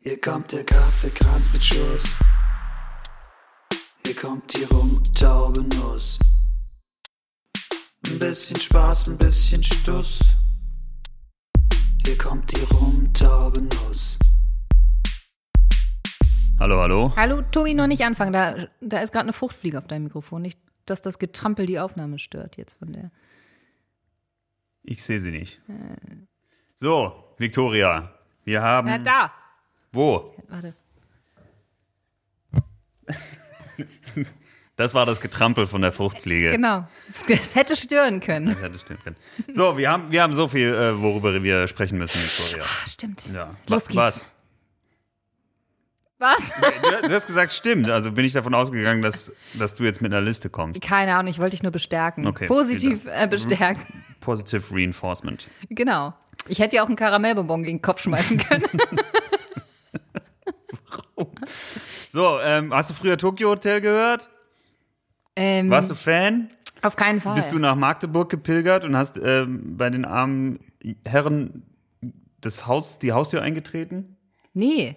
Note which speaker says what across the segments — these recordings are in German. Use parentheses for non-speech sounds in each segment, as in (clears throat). Speaker 1: Hier kommt der Kaffeekranz mit Schuss. Hier kommt die Rumtaubenuss. Ein bisschen Spaß, ein bisschen Stuss. Hier kommt die Rumtaubenuss.
Speaker 2: Hallo, hallo.
Speaker 3: Hallo, Tobi, noch nicht anfangen. Da, da ist gerade eine Fruchtfliege auf deinem Mikrofon. Nicht, dass das Getrampel die Aufnahme stört jetzt von der.
Speaker 2: Ich sehe sie nicht. So, Victoria, wir haben.
Speaker 3: Na, da!
Speaker 2: Wo?
Speaker 3: Hm. Warte.
Speaker 2: Das war das Getrampel von der Fruchtfliege.
Speaker 3: Genau. Es, es hätte stören können.
Speaker 2: Das hätte stimmen können. So, wir haben, wir haben so viel, äh, worüber wir sprechen müssen, Victoria.
Speaker 3: Ah, stimmt.
Speaker 2: Ja.
Speaker 3: Los
Speaker 2: Wa-
Speaker 3: geht's.
Speaker 2: Was?
Speaker 3: Was?
Speaker 2: Du, du hast gesagt, stimmt. Also bin ich davon ausgegangen, dass, dass du jetzt mit einer Liste kommst.
Speaker 3: (laughs) Keine Ahnung, ich wollte dich nur bestärken.
Speaker 2: Okay,
Speaker 3: Positiv
Speaker 2: vielen Mhm.
Speaker 3: äh, bestärken.
Speaker 2: Positive Reinforcement.
Speaker 3: Genau. Ich hätte ja auch einen Karamellbonbon gegen den Kopf
Speaker 2: (laughs)
Speaker 3: schmeißen können.
Speaker 2: So, ähm, hast du früher Tokyo Hotel gehört?
Speaker 3: Ähm,
Speaker 2: Warst du Fan?
Speaker 3: Auf keinen Fall.
Speaker 2: Bist du ne- nach Magdeburg gepilgert und hast ähm, bei den armen Herren das Haus, die Haustür eingetreten?
Speaker 3: nee.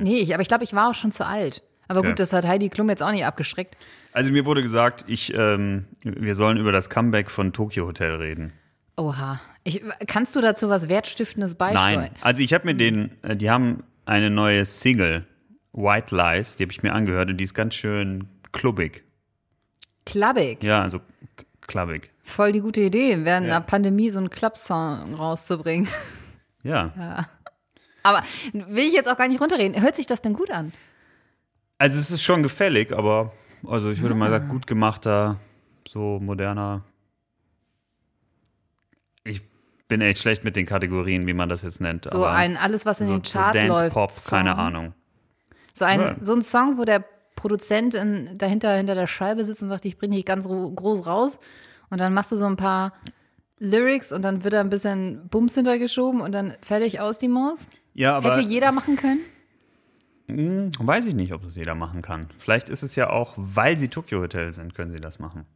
Speaker 3: Nee, ich, aber ich glaube, ich war auch schon zu alt.
Speaker 2: Hm.
Speaker 3: Aber
Speaker 2: Okay.
Speaker 3: gut, das hat Heidi Klum jetzt auch nicht abgeschreckt.
Speaker 2: Also mir wurde gesagt, ich, ähm, wir sollen über das Comeback von Tokyo Hotel reden.
Speaker 3: Oha. Ich, kannst du dazu was Wertstiftendes beisteuern?
Speaker 2: Nein, also ich
Speaker 3: Mhm.
Speaker 2: habe mir den, äh, die haben eine neue Single, White Lies, die habe ich mir angehört und die ist ganz schön klubbig.
Speaker 3: Klabbig.
Speaker 2: Ja, also k- klabbig.
Speaker 3: Voll die gute Idee, während
Speaker 2: Ja.
Speaker 3: einer Pandemie so einen Club-Song rauszubringen. (laughs)
Speaker 2: Ja.
Speaker 3: Aber will ich jetzt auch gar nicht runterreden. Hört sich das denn gut an?
Speaker 2: Also es ist schon gefällig, aber also ich würde mal
Speaker 3: Ah.
Speaker 2: sagen, gut gemachter, so moderner. Ich bin echt schlecht mit den Kategorien, wie man das jetzt nennt.
Speaker 3: So
Speaker 2: aber
Speaker 3: ein alles, was in
Speaker 2: so,
Speaker 3: den Chart
Speaker 2: so Dance
Speaker 3: läuft.
Speaker 2: Pop,
Speaker 3: Song.
Speaker 2: keine Ahnung.
Speaker 3: So ein, so ein Song, wo der Produzent in, dahinter hinter der Scheibe sitzt und sagt, ich bringe dich ganz ro- groß raus. Und dann machst du so ein paar Lyrics und dann wird da ein bisschen Bums hintergeschoben und dann fertig aus die Maus.
Speaker 2: Ja, aber
Speaker 3: Hätte jeder machen können.
Speaker 2: weiß ich nicht, ob das jeder machen kann. Vielleicht ist es ja auch, weil sie Tokyo Hotel sind, können sie das machen.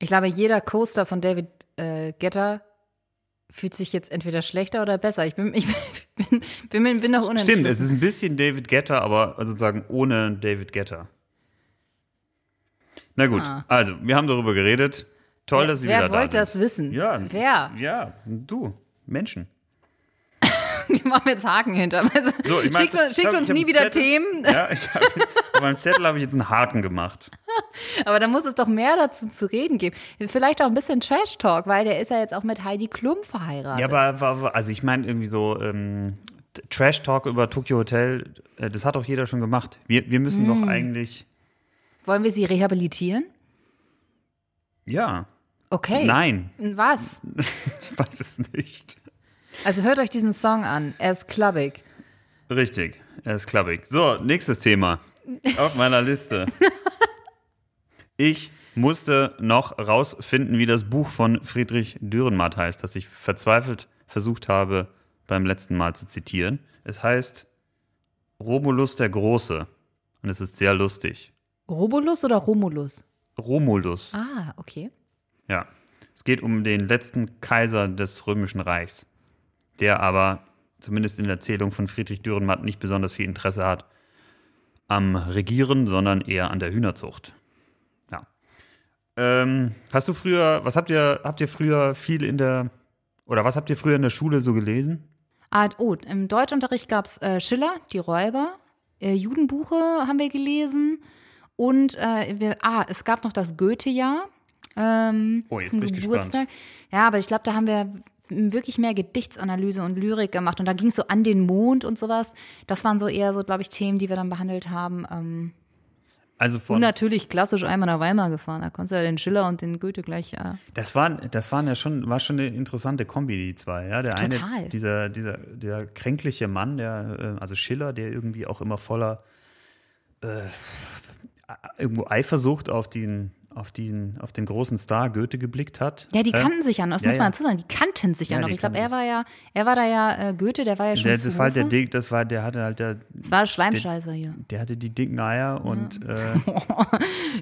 Speaker 3: Ich glaube, jeder Coaster von David äh, Getter fühlt sich jetzt entweder schlechter oder besser. Ich bin, (laughs) ich bin, bin, bin, bin noch unentschlossen.
Speaker 2: Stimmt, es ist ein bisschen David Getter, aber also sozusagen ohne David Getter. Na gut, also, wir haben darüber geredet. Toll, dass sie
Speaker 3: Ah. Wer
Speaker 2: wieder da
Speaker 3: wollte
Speaker 2: sind.
Speaker 3: das wissen?
Speaker 2: Ja.
Speaker 3: Wer? (laughs)
Speaker 2: Ja, du, Menschen.
Speaker 3: Wir machen jetzt Haken hinter. Also,
Speaker 2: So, ich mach
Speaker 3: schickt
Speaker 2: jetzt-
Speaker 3: uns,
Speaker 2: ich
Speaker 3: schickt
Speaker 2: hab-
Speaker 3: uns
Speaker 2: ich hab
Speaker 3: nie wieder
Speaker 2: einen Zettel.
Speaker 3: Themen,
Speaker 2: Ja, ich hab, auf meinem Zettel habe ich jetzt einen Haken gemacht.
Speaker 3: aber da muss es doch mehr dazu zu reden geben. Vielleicht auch ein bisschen Trash-Talk, weil der ist ja jetzt auch mit Heidi Klum verheiratet.
Speaker 2: Ja, aber war- war- also ich meine irgendwie so ähm, T- Trash-Talk über Tokyo Hotel, äh, das hat doch jeder schon gemacht. Wir, wir müssen
Speaker 3: Hm.
Speaker 2: doch eigentlich,
Speaker 3: Wollen wir sie rehabilitieren?
Speaker 2: ja,
Speaker 3: Okay.
Speaker 2: nein,
Speaker 3: Was?
Speaker 2: ich weiß es nicht.
Speaker 3: Also hört euch diesen Song an. Er ist klappig.
Speaker 2: Richtig, er ist klappig. So, nächstes Thema auf meiner Liste. Ich musste noch rausfinden, wie das Buch von Friedrich Dürrenmatt heißt, das ich verzweifelt versucht habe, beim letzten Mal zu zitieren. Es heißt Romulus der Große. Und es ist sehr lustig.
Speaker 3: Robulus oder Romulus?
Speaker 2: Romulus.
Speaker 3: Ah, okay.
Speaker 2: Ja. Es geht um den letzten Kaiser des Römischen Reichs, der aber zumindest in der Erzählung von Friedrich Dürrenmatt nicht besonders viel Interesse hat am Regieren, sondern eher an der Hühnerzucht. Ja. Ähm, hast du früher, was habt ihr, habt ihr früher viel in der, oder was habt ihr früher in der Schule so gelesen?
Speaker 3: Ah, oh, im Deutschunterricht gab es äh, Schiller, die Räuber, äh, Judenbuche haben wir gelesen und äh, wir, ah, es gab noch das Goethe-Jahr ähm,
Speaker 2: Oh, jetzt
Speaker 3: zum
Speaker 2: bin ich
Speaker 3: Geburtstag. Ja, aber ich glaube, da haben wir wirklich mehr Gedichtsanalyse und Lyrik gemacht und da ging es so an den Mond und sowas. Das waren so eher so, glaube ich, Themen, die wir dann behandelt haben. Ähm,
Speaker 2: Also
Speaker 3: und
Speaker 2: von,
Speaker 3: natürlich klassisch einmal nach Weimar gefahren, da konntest du ja den Schiller und den Goethe gleich. Äh,
Speaker 2: das waren, das waren ja schon, war schon eine interessante Kombi, die zwei, ja. Der eine,
Speaker 3: Total.
Speaker 2: dieser, dieser, dieser kränkliche Mann, der, äh, also Schiller, der irgendwie auch immer voller äh, irgendwo Eifersucht auf den, auf den, auf den großen Star Goethe geblickt hat.
Speaker 3: ja, die
Speaker 2: Äh,
Speaker 3: kannten sich ja noch, das
Speaker 2: ja,
Speaker 3: muss man
Speaker 2: ja.
Speaker 3: dazu sagen, die kannten sich ja,
Speaker 2: Ja,
Speaker 3: noch.
Speaker 2: die
Speaker 3: Ich glaube,
Speaker 2: kannten
Speaker 3: er war ja, er war da ja äh, Goethe, der war ja schon
Speaker 2: Der,
Speaker 3: zu
Speaker 2: das war halt der
Speaker 3: Hofe.
Speaker 2: Dick, das war, der hatte halt der,
Speaker 3: Es war Schleimscheiße hier. (laughs)
Speaker 2: der hatte die dicken Eier und äh,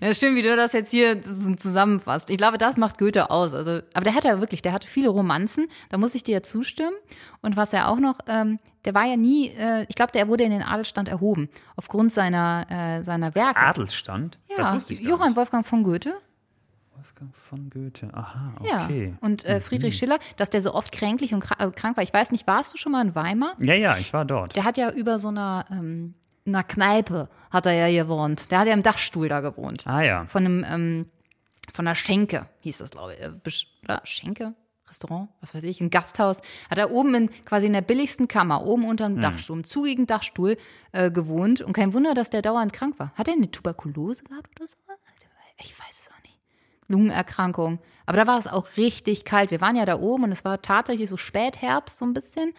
Speaker 3: Ja, schön, wie du das jetzt hier z- zusammenfasst. Ich glaube, das macht Goethe aus. Also, aber der hatte ja wirklich, der hatte viele Romanzen, da muss ich dir ja zustimmen. Und was er auch noch, ähm, der war ja nie, äh, ich glaube, der wurde in den Adelstand erhoben, aufgrund seiner, äh, seiner Werke.
Speaker 2: Adelsstand?
Speaker 3: ja,
Speaker 2: das wusste ich gar
Speaker 3: Johann
Speaker 2: nicht.
Speaker 3: Wolfgang von Goethe.
Speaker 2: Wolfgang von Goethe. Aha,
Speaker 3: Ja.
Speaker 2: okay. Mhm.
Speaker 3: Und äh, Friedrich Schiller, dass der so oft kränklich und kra äh, krank war. Ich weiß nicht, warst du schon mal in Weimar?
Speaker 2: Ja, ja, ich war dort.
Speaker 3: Der hat ja über so einer, ähm, einer Kneipe hat er ja gewohnt. Der hat ja im Dachstuhl da gewohnt.
Speaker 2: Ah ja.
Speaker 3: Von einem, ähm, von einer Schenke hieß das, glaube ich. Äh, Besch- Oder Schenke? Restaurant? Was weiß ich? Ein Gasthaus. Hat er oben in, quasi in der billigsten Kammer, oben unterm Dachstuhl, im zugigen Dachstuhl äh, gewohnt. Und kein Wunder, dass der dauernd krank war. Hat er eine Tuberkulose gehabt oder so? Ich weiß es auch nicht. Lungenerkrankung. Aber da war es auch richtig kalt. Wir waren ja da oben und es war tatsächlich so Spätherbst so ein bisschen.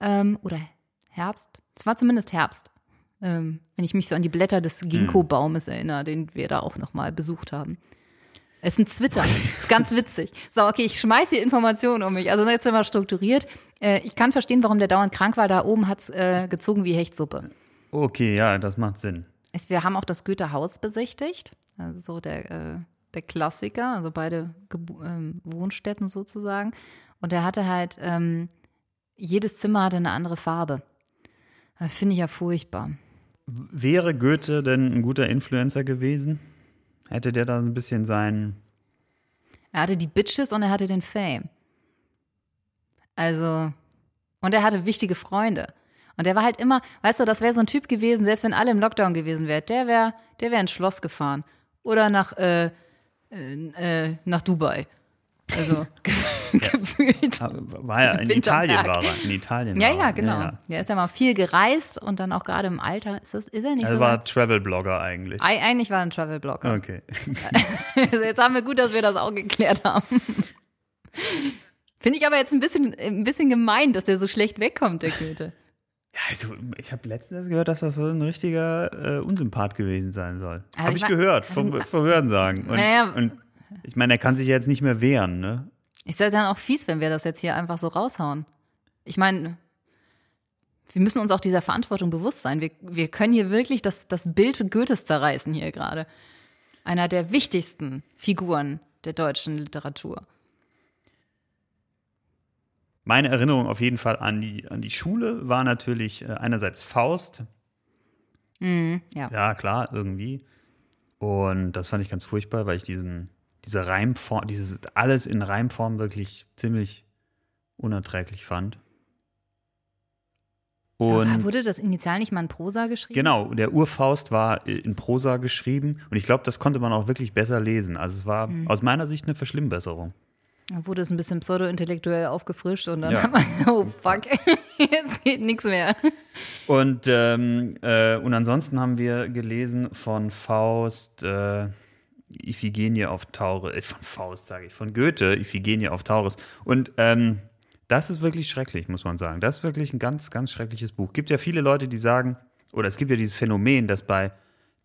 Speaker 3: Ähm, oder Herbst. Es war zumindest Herbst. Ähm, wenn ich mich so an die Blätter des Ginkgo-Baumes erinnere, den wir da auch nochmal besucht haben. Es ist ein Zwitter. ist ganz witzig. So, okay, ich schmeiß hier Informationen um mich. Also jetzt sind wir strukturiert. Äh, ich kann verstehen, warum der dauernd krank war. Da oben hat's äh, gezogen wie Hechtsuppe.
Speaker 2: Okay, ja, das macht Sinn.
Speaker 3: Es, wir haben auch das Goethe-Haus besichtigt. Also so der, äh, der Klassiker, also beide Gebu ähm, Wohnstätten sozusagen. Und er hatte halt, ähm, jedes Zimmer hatte eine andere Farbe. Das finde ich ja furchtbar.
Speaker 2: Wäre Goethe denn ein guter Influencer gewesen? Hätte der da so ein bisschen sein.
Speaker 3: Er hatte die Bitches und er hatte den Fame. Also, und er hatte wichtige Freunde. Und der war halt immer, weißt du, das wäre so ein Typ gewesen, selbst wenn alle im Lockdown gewesen wären, der wäre der wär ins Schloss gefahren. Oder nach, äh, äh, äh, nach Dubai. (laughs) Also, ge- gefühlt.
Speaker 2: War ja in
Speaker 3: Winterberg.
Speaker 2: Italien war er. In Italien
Speaker 3: Ja,
Speaker 2: war er.
Speaker 3: ja, genau. Der ist ja mal viel gereist und dann auch gerade im Alter. Ist, das, ist er nicht
Speaker 2: Er
Speaker 3: so?
Speaker 2: war Travel-Blogger eigentlich.
Speaker 3: Ei- Eigentlich war er ein Travel-Blogger.
Speaker 2: Okay.
Speaker 3: Also jetzt haben wir gut, dass wir das auch geklärt haben. Finde ich aber jetzt ein bisschen, ein bisschen gemein, dass der so schlecht wegkommt, der Goethe.
Speaker 2: Ja, also ich habe letztens gehört, dass das so ein richtiger äh, Unsympath gewesen sein soll.
Speaker 3: Also
Speaker 2: habe
Speaker 3: ich
Speaker 2: ich
Speaker 3: mein-
Speaker 2: gehört,
Speaker 3: (laughs)
Speaker 2: vom, vom Hörensagen. Und,
Speaker 3: Naja.
Speaker 2: und ich meine, er kann sich ja jetzt nicht mehr wehren, ne?
Speaker 3: Ist ja dann auch fies, wenn wir das jetzt hier einfach so raushauen. Ich meine, wir müssen uns auch dieser Verantwortung bewusst sein. Wir, wir können hier wirklich das, das Bild Goethes zerreißen hier gerade. Einer der wichtigsten Figuren der deutschen Literatur.
Speaker 2: Meine Erinnerung auf jeden Fall an die, an die Schule war natürlich äh, einerseits Faust.
Speaker 3: Mhm, ja.
Speaker 2: Ja, klar, irgendwie. Und das fand ich ganz furchtbar, weil ich diesen, diese Reimform, dieses alles in Reimform wirklich ziemlich unerträglich fand. Und
Speaker 3: Wurde das initial nicht mal in Prosa geschrieben?
Speaker 2: Genau, der Urfaust war äh, in Prosa geschrieben und ich glaube, das konnte man auch wirklich besser lesen. Also es war aus meiner Sicht eine Verschlimmbesserung.
Speaker 3: Dann wurde es ein bisschen pseudo-intellektuell aufgefrischt und dann
Speaker 2: Ja.
Speaker 3: hat man, (laughs) oh fuck, jetzt geht nichts mehr.
Speaker 2: Und, ähm, äh, und ansonsten haben wir gelesen von Faust äh, Iphigenie auf Tauris, äh, von Faust sage ich, von Goethe Iphigenie auf Tauris. Und ähm, das ist wirklich schrecklich, muss man sagen. Das ist wirklich ein ganz, ganz schreckliches Buch. Gibt ja viele Leute, die sagen, oder es gibt ja dieses Phänomen, dass bei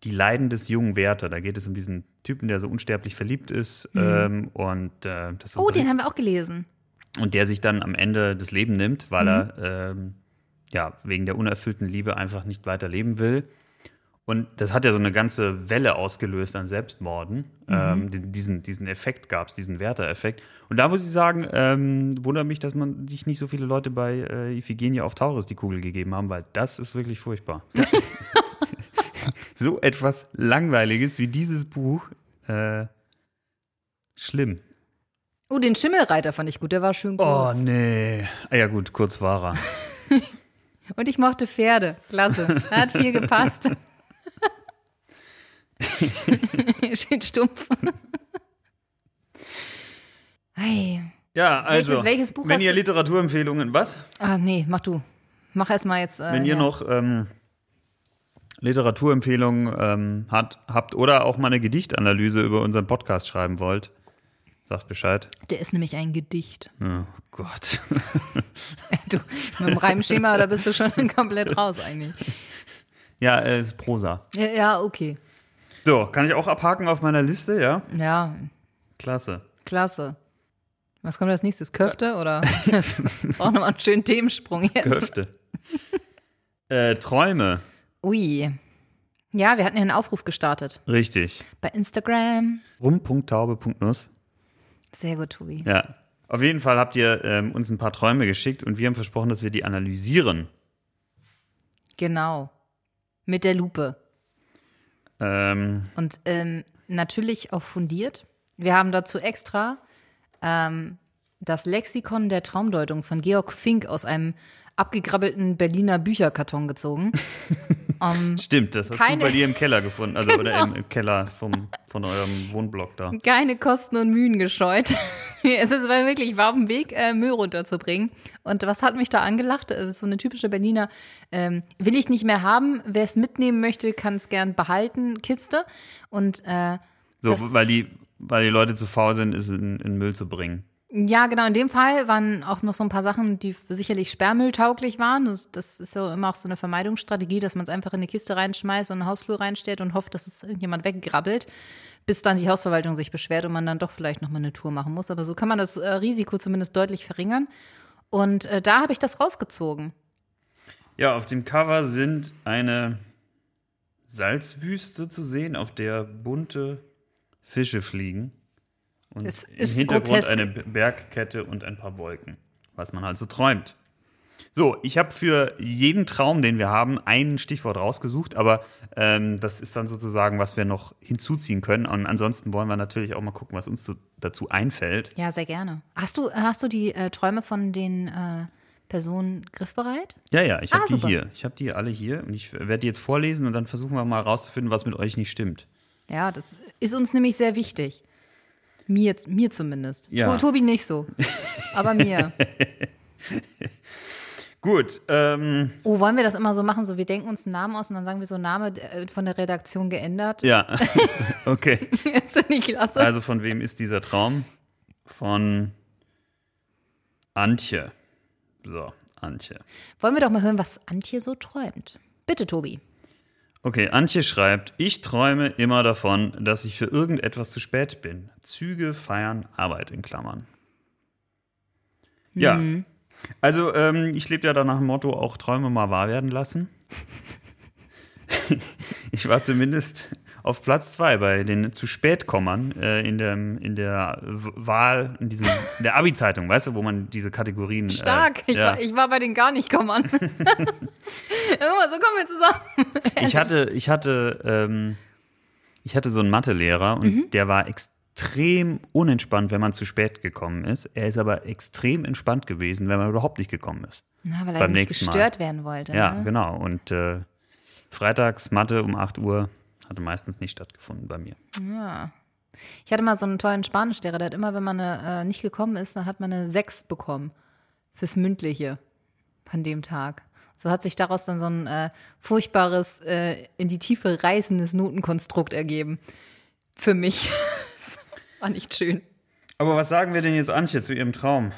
Speaker 2: Die Leiden des jungen Werther, da geht es um diesen Typen, der so unsterblich verliebt ist ähm, und äh, das
Speaker 3: Mhm. Oh,
Speaker 2: verbringt-
Speaker 3: den haben wir auch gelesen.
Speaker 2: und der sich dann am Ende das Leben nimmt, weil er ähm, ja wegen der unerfüllten Liebe einfach nicht weiter leben will. Und das hat ja so eine ganze Welle ausgelöst an Selbstmorden. Ähm, di- diesen, diesen Effekt gab es, diesen Werther-Effekt. Und da muss ich sagen, ähm, wundert mich, dass man sich nicht so viele Leute bei äh, Iphigenie auf Tauris die Kugel gegeben haben, weil das ist wirklich furchtbar. (laughs) so etwas Langweiliges wie dieses Buch. Äh, schlimm.
Speaker 3: Oh, den Schimmelreiter fand ich gut, der war schön
Speaker 2: Oh,
Speaker 3: kurz.
Speaker 2: nee. Ah, ja, gut, kurz war er.
Speaker 3: und ich mochte Pferde,
Speaker 2: (laughs)
Speaker 3: klasse. Da hat viel gepasst. Schön stumpf. Ei.
Speaker 2: (laughs) Ja, also,
Speaker 3: Welches- welches Buch
Speaker 2: wenn
Speaker 3: hast
Speaker 2: ihr
Speaker 3: du-
Speaker 2: Literaturempfehlungen, was?
Speaker 3: Ah, nee, mach du. Mach erst mal jetzt. Äh,
Speaker 2: wenn ihr
Speaker 3: ja.
Speaker 2: noch ähm, Literaturempfehlungen ähm, hat, habt oder auch mal eine Gedichtanalyse über unseren Podcast schreiben wollt, sagt Bescheid.
Speaker 3: Der ist nämlich ein Gedicht. (laughs)
Speaker 2: Oh Gott. (laughs)
Speaker 3: Du, mit dem Reimschema, da bist du schon (laughs) komplett raus eigentlich.
Speaker 2: ja, äh, ist Prosa.
Speaker 3: Ja, ja, okay.
Speaker 2: So, kann ich auch abhaken auf meiner Liste, ja?
Speaker 3: Ja,
Speaker 2: Klasse.
Speaker 3: Klasse. Was kommt als nächstes? Köfte oder? Das braucht nochmal einen schönen Themensprung jetzt. (laughs)
Speaker 2: Köfte. äh, Träume.
Speaker 3: Ui. Ja, wir hatten ja einen Aufruf gestartet.
Speaker 2: Richtig.
Speaker 3: Bei Instagram.
Speaker 2: Rum.taube.nuss.
Speaker 3: Sehr gut, Tobi.
Speaker 2: Ja. Auf jeden Fall habt ihr ähm, uns ein paar Träume geschickt und wir haben versprochen, dass wir die analysieren.
Speaker 3: Genau. Mit der Lupe.
Speaker 2: Ähm,
Speaker 3: Und ähm, natürlich auch fundiert. Wir haben dazu extra ähm, das Lexikon der Traumdeutung von Georg Fink aus einem abgegrabbelten Berliner Bücherkarton gezogen. Ähm,
Speaker 2: stimmt, das hast
Speaker 3: Keine- Genau.
Speaker 2: du bei dir im Keller gefunden. Also
Speaker 3: (laughs)
Speaker 2: oder im, im Keller vom, von eurem Wohnblock da.
Speaker 3: keine Kosten und Mühen gescheut. (laughs) es ist weil wirklich, ich war auf dem Weg, äh, Müll runterzubringen. Und was hat mich da angelacht? Äh, So eine typische Berliner, ähm, will ich nicht mehr haben. Wer es mitnehmen möchte, kann es gern behalten, Kiste. Und äh,
Speaker 2: So,
Speaker 3: das,
Speaker 2: weil die, weil die Leute zu faul sind, es in, in Müll zu bringen.
Speaker 3: ja, genau, in dem Fall waren auch noch so ein paar Sachen, die sicherlich sperrmülltauglich waren. Das, das ist so immer auch so eine Vermeidungsstrategie, dass man es einfach in eine Kiste reinschmeißt und in den Hausflur reinstellt und hofft, dass es irgendjemand weggrabbelt, bis dann die Hausverwaltung sich beschwert und man dann doch vielleicht nochmal eine Tour machen muss. Aber so kann man das äh, Risiko zumindest deutlich verringern. Und äh, da habe ich das rausgezogen.
Speaker 2: Ja, auf dem Cover sind eine Salzwüste zu sehen, auf der bunte Fische fliegen. Und
Speaker 3: Es
Speaker 2: im
Speaker 3: ist
Speaker 2: Hintergrund
Speaker 3: grotesk.
Speaker 2: eine B- Bergkette und ein paar Wolken, was man halt so träumt. So, ich habe für jeden Traum, den wir haben, ein Stichwort rausgesucht, aber ähm, das ist dann sozusagen, was wir noch hinzuziehen können. Und ansonsten wollen wir natürlich auch mal gucken, was uns so, dazu einfällt.
Speaker 3: Ja, sehr gerne. Hast du, hast du die äh, Träume von den äh, Personen griffbereit?
Speaker 2: Ja, ja, ich habe
Speaker 3: Ah,
Speaker 2: die
Speaker 3: super.
Speaker 2: hier. Ich habe die alle hier und ich werde die jetzt vorlesen und dann versuchen wir mal rauszufinden, was mit euch nicht stimmt.
Speaker 3: Ja, das ist uns nämlich sehr wichtig. Mir, mir zumindest.
Speaker 2: Ja.
Speaker 3: To- Tobi nicht so.
Speaker 2: (laughs)
Speaker 3: Aber mir.
Speaker 2: Gut, ähm,
Speaker 3: Oh, wollen wir das immer so machen? So, wir denken uns einen Namen aus und dann sagen wir so, Name äh, von der
Speaker 2: (laughs)
Speaker 3: Redaktion geändert.
Speaker 2: ja, okay.
Speaker 3: Jetzt in die Klasse.
Speaker 2: Also von wem ist dieser Traum? Von Antje. So, Antje.
Speaker 3: wollen wir doch mal hören, was Antje so träumt. Bitte, Tobi.
Speaker 2: Äh, Okay, Antje schreibt, ich träume immer davon, dass ich für irgendetwas zu spät bin. Züge, Feiern, Arbeit in Klammern. Ja.
Speaker 3: Mhm.
Speaker 2: Also ähm, ich lebe ja danach dem Motto, auch Träume mal wahr werden lassen. (laughs) ich war zumindest auf Platz zwei bei den zu spät kommern äh, in, dem, in der W- Wahl, in, diesem, in der Abi-Zeitung, weißt du, wo man diese Kategorien.
Speaker 3: Stark.
Speaker 2: Äh,
Speaker 3: ich, war, ich war bei den gar nicht
Speaker 2: (laughs)
Speaker 3: (laughs) kommern. Guck mal, so kommen wir zusammen.
Speaker 2: ich hatte, ich hatte, ähm, ich hatte so einen Mathelehrer und der war extrem unentspannt, wenn man zu spät gekommen ist. Er ist aber extrem entspannt gewesen, wenn man überhaupt nicht gekommen ist.
Speaker 3: Na, weil er
Speaker 2: Beim
Speaker 3: nicht
Speaker 2: nächsten Mal.
Speaker 3: gestört werden wollte.
Speaker 2: Ja,
Speaker 3: ne?
Speaker 2: genau. Und äh, freitags Mathe um 8 Uhr hatte meistens nicht stattgefunden bei mir.
Speaker 3: Ah. Ich hatte mal so einen tollen Spanischlehrer, der hat immer, wenn man eine, äh, nicht gekommen ist, dann hat man eine 6 bekommen fürs Mündliche an dem Tag. So hat sich daraus dann so ein äh, furchtbares, äh, in die Tiefe reißendes Notenkonstrukt ergeben. Für mich. (laughs) Das War nicht schön.
Speaker 2: Aber was sagen wir denn jetzt Antje zu ihrem Traum?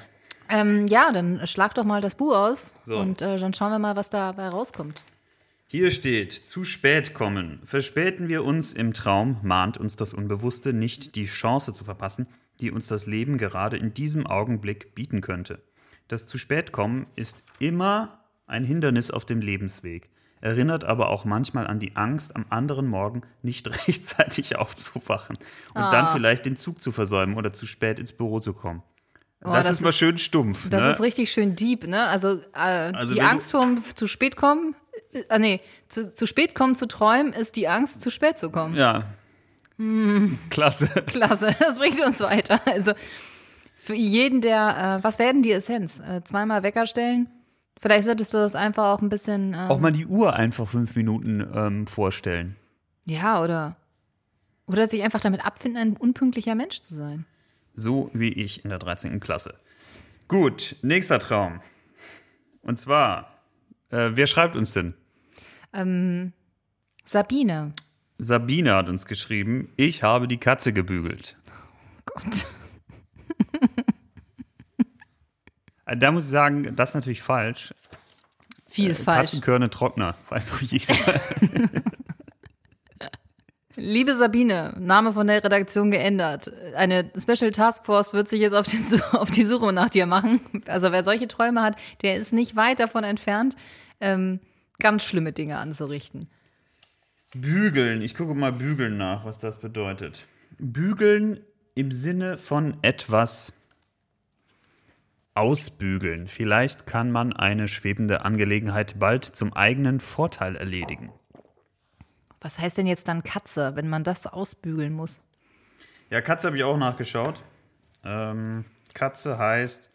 Speaker 3: Ähm, ja, dann schlag doch mal das Buch aus
Speaker 2: So.
Speaker 3: und äh, dann schauen wir mal, was dabei rauskommt.
Speaker 2: Hier steht, zu spät kommen. Verspäten wir uns im Traum, mahnt uns das Unbewusste nicht die Chance zu verpassen, die uns das Leben gerade in diesem Augenblick bieten könnte. Das zu spät kommen ist immer ein Hindernis auf dem Lebensweg, erinnert aber auch manchmal an die Angst, am anderen Morgen nicht (laughs) rechtzeitig aufzuwachen und dann
Speaker 3: Ah.
Speaker 2: vielleicht den Zug zu versäumen oder zu spät ins Büro zu kommen. das,
Speaker 3: Oh, das
Speaker 2: ist mal schön stumpf.
Speaker 3: Das
Speaker 2: ne?
Speaker 3: ist richtig schön deep, ne? Also, äh,
Speaker 2: Also
Speaker 3: die
Speaker 2: wenn du-
Speaker 3: Angst vorm zu spät kommen, äh, ah, nee, zu, zu spät kommen zu träumen ist die Angst, zu spät zu kommen.
Speaker 2: Ja.
Speaker 3: Hm.
Speaker 2: Klasse.
Speaker 3: (laughs) Klasse, das bringt uns weiter. Also für jeden, der, äh, was werden die Essenz? Äh, zweimal Wecker stellen? Vielleicht solltest du das einfach auch ein bisschen, ähm,
Speaker 2: Auch mal die Uhr einfach fünf Minuten ähm, vorstellen.
Speaker 3: ja, oder, oder sich einfach damit abfinden, ein unpünktlicher Mensch zu sein.
Speaker 2: So wie ich in der 13. Klasse. Gut, nächster Traum. Und zwar, äh, wer schreibt uns denn?
Speaker 3: Ähm, Sabine,
Speaker 2: Sabine hat uns geschrieben, ich habe die Katze gebügelt.
Speaker 3: Gott.
Speaker 2: Äh, Da muss ich sagen, das ist natürlich falsch.
Speaker 3: Viel ist falsch.
Speaker 2: Katzenkörne Trockner, weiß doch jeder.
Speaker 3: Liebe Sabine, Name von der Redaktion geändert. Eine Special Task Force wird sich jetzt auf, den, Su- (laughs) auf die Suche nach dir machen. Also wer solche Träume hat, der ist nicht weit davon entfernt, ähm, ganz schlimme Dinge anzurichten.
Speaker 2: Bügeln. Ich gucke mal Bügeln nach, was das bedeutet. Bügeln im Sinne von etwas ausbügeln. Vielleicht kann man eine schwebende Angelegenheit bald zum eigenen Vorteil erledigen.
Speaker 3: Was heißt denn jetzt dann Katze, wenn man das ausbügeln muss?
Speaker 2: Ja, Katze habe ich auch nachgeschaut. Ähm, Katze heißt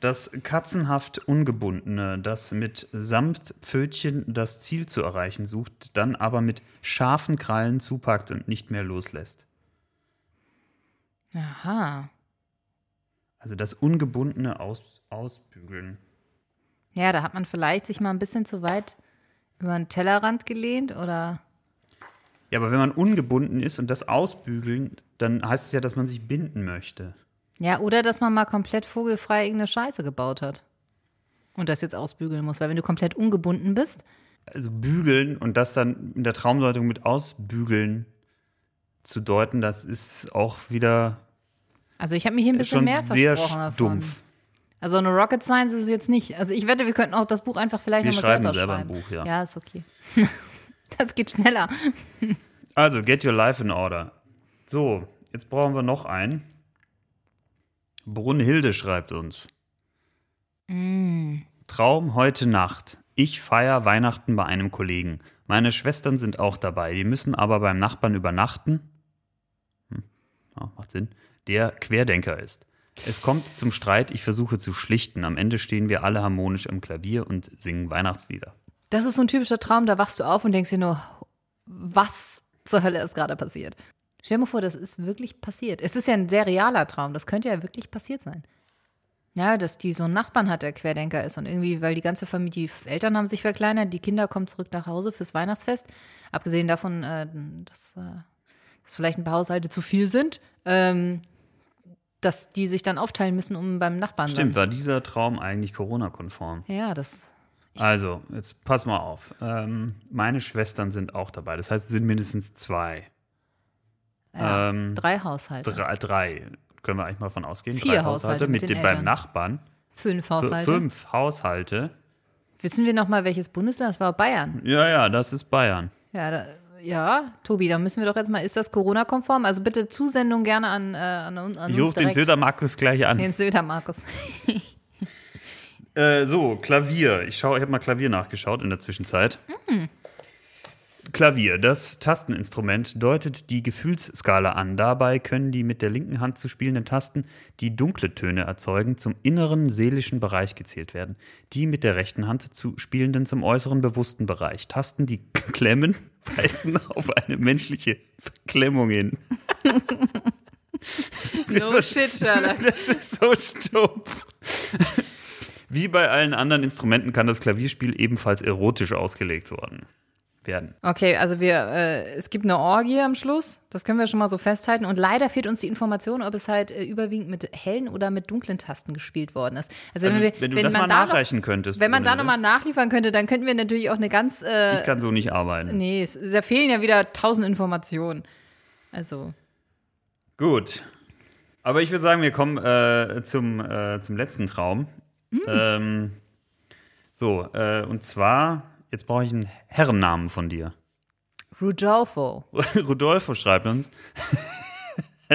Speaker 2: das katzenhaft Ungebundene, das mit Samtpfötchen das Ziel zu erreichen sucht, dann aber mit scharfen Krallen zupackt und nicht mehr loslässt.
Speaker 3: Aha.
Speaker 2: Also das Ungebundene aus, ausbügeln.
Speaker 3: Ja, da hat man vielleicht sich mal ein bisschen zu weit über den Tellerrand gelehnt oder.
Speaker 2: Ja, aber wenn man ungebunden ist und das ausbügeln, dann heißt es ja, dass man sich binden möchte.
Speaker 3: Ja, oder dass man mal komplett vogelfrei irgendeine Scheiße gebaut hat. Und das jetzt ausbügeln muss, weil wenn du komplett ungebunden bist.
Speaker 2: Also bügeln und das dann in der Traumdeutung mit ausbügeln zu deuten, das ist auch wieder.
Speaker 3: Also ich habe mir hier ein bisschen
Speaker 2: schon
Speaker 3: mehr
Speaker 2: sehr
Speaker 3: versprochen davon.
Speaker 2: stumpf.
Speaker 3: Also eine Rocket Science ist es jetzt nicht. Also ich wette, wir könnten auch das Buch einfach vielleicht
Speaker 2: Wir
Speaker 3: nochmal
Speaker 2: schreiben
Speaker 3: selber,
Speaker 2: selber ein
Speaker 3: schreiben.
Speaker 2: Buch, ja.
Speaker 3: Ja, ist okay. (laughs) das geht schneller.
Speaker 2: Also, get your life in order. So, jetzt brauchen wir noch einen. Brunhilde schreibt uns. Traum heute Nacht. Ich feier Weihnachten bei einem Kollegen. Meine Schwestern sind auch dabei. Die müssen aber beim Nachbarn übernachten. Hm. Ja, macht Sinn. Der Querdenker ist. Es kommt zum Streit. Ich versuche zu schlichten. Am Ende stehen wir alle harmonisch am Klavier und singen Weihnachtslieder.
Speaker 3: Das ist so ein typischer Traum, da wachst du auf und denkst dir nur, was zur Hölle ist gerade passiert? Stell dir mal vor, das ist wirklich passiert. Es ist ja ein sehr realer Traum, das könnte ja wirklich passiert sein. Ja, dass die so einen Nachbarn hat, der Querdenker ist und irgendwie, weil die ganze Familie, die Eltern haben sich verkleinert, die Kinder kommen zurück nach Hause fürs Weihnachtsfest. Abgesehen davon, äh, dass, äh, dass vielleicht ein paar Haushalte zu viel sind, ähm, dass die sich dann aufteilen müssen, um beim Nachbarn
Speaker 2: Stimmt,
Speaker 3: Dann.
Speaker 2: war dieser Traum eigentlich Corona-konform?
Speaker 3: Ja, das
Speaker 2: Also, jetzt pass mal auf. Ähm, meine Schwestern sind auch dabei. Das heißt, es sind mindestens zwei.
Speaker 3: ja,
Speaker 2: Ähm,
Speaker 3: drei Haushalte,
Speaker 2: Drei, drei. Können wir eigentlich mal von ausgehen?
Speaker 3: Vier
Speaker 2: drei
Speaker 3: Haushalte mit
Speaker 2: mit
Speaker 3: den
Speaker 2: dem beim
Speaker 3: Eltern.
Speaker 2: Nachbarn.
Speaker 3: fünf
Speaker 2: F-
Speaker 3: Haushalte.
Speaker 2: Fünf Haushalte.
Speaker 3: Wissen wir noch mal, welches Bundesland? Das war Bayern.
Speaker 2: Ja, ja, das ist Bayern.
Speaker 3: Ja, da, ja, Tobi, da müssen wir doch jetzt mal, ist das Corona-konform? Also bitte Zusendung gerne an, äh, an, un- an
Speaker 2: Ich
Speaker 3: uns
Speaker 2: rufe den
Speaker 3: direkt.
Speaker 2: Söder Markus gleich an.
Speaker 3: Den Söder, Markus.
Speaker 2: Äh, so, Klavier. Ich, schau- ich habe mal Klavier nachgeschaut in der Zwischenzeit. Klavier, das Tasteninstrument, deutet die Gefühlsskala an. Dabei können die mit der linken Hand zu spielenden Tasten, die dunkle Töne erzeugen, zum inneren seelischen Bereich gezählt werden. Die mit der rechten Hand zu spielenden zum äußeren bewussten Bereich. Tasten, die (laughs) klemmen, weisen auf eine menschliche Verklemmung hin.
Speaker 3: (laughs) No shit, Sherlock.
Speaker 2: Das ist so stumpf. Wie bei allen anderen Instrumenten kann das Klavierspiel ebenfalls erotisch ausgelegt worden werden.
Speaker 3: Okay, also wir, äh, es gibt eine Orgie am Schluss, das können wir schon mal so festhalten. Und leider fehlt uns die Information, ob es halt äh, überwiegend mit hellen oder mit dunklen Tasten gespielt worden ist. Also,
Speaker 2: Also,
Speaker 3: wenn, wir,
Speaker 2: wenn du das mal
Speaker 3: man da noch,
Speaker 2: nachreichen könntest.
Speaker 3: wenn man da
Speaker 2: Brunhilde.
Speaker 3: nochmal nachliefern könnte, dann könnten wir natürlich auch eine ganz, äh,
Speaker 2: Ich kann so nicht arbeiten.
Speaker 3: nee, es, da fehlen ja wieder tausend Informationen. Also,
Speaker 2: Gut. Aber ich würde sagen, wir kommen äh, zum, äh, zum letzten Traum.
Speaker 3: Hm.
Speaker 2: Ähm, so, äh, und zwar, jetzt brauche ich einen Herrennamen von dir.
Speaker 3: Rudolfo.
Speaker 2: (laughs) Rodolfo schreibt uns. (laughs)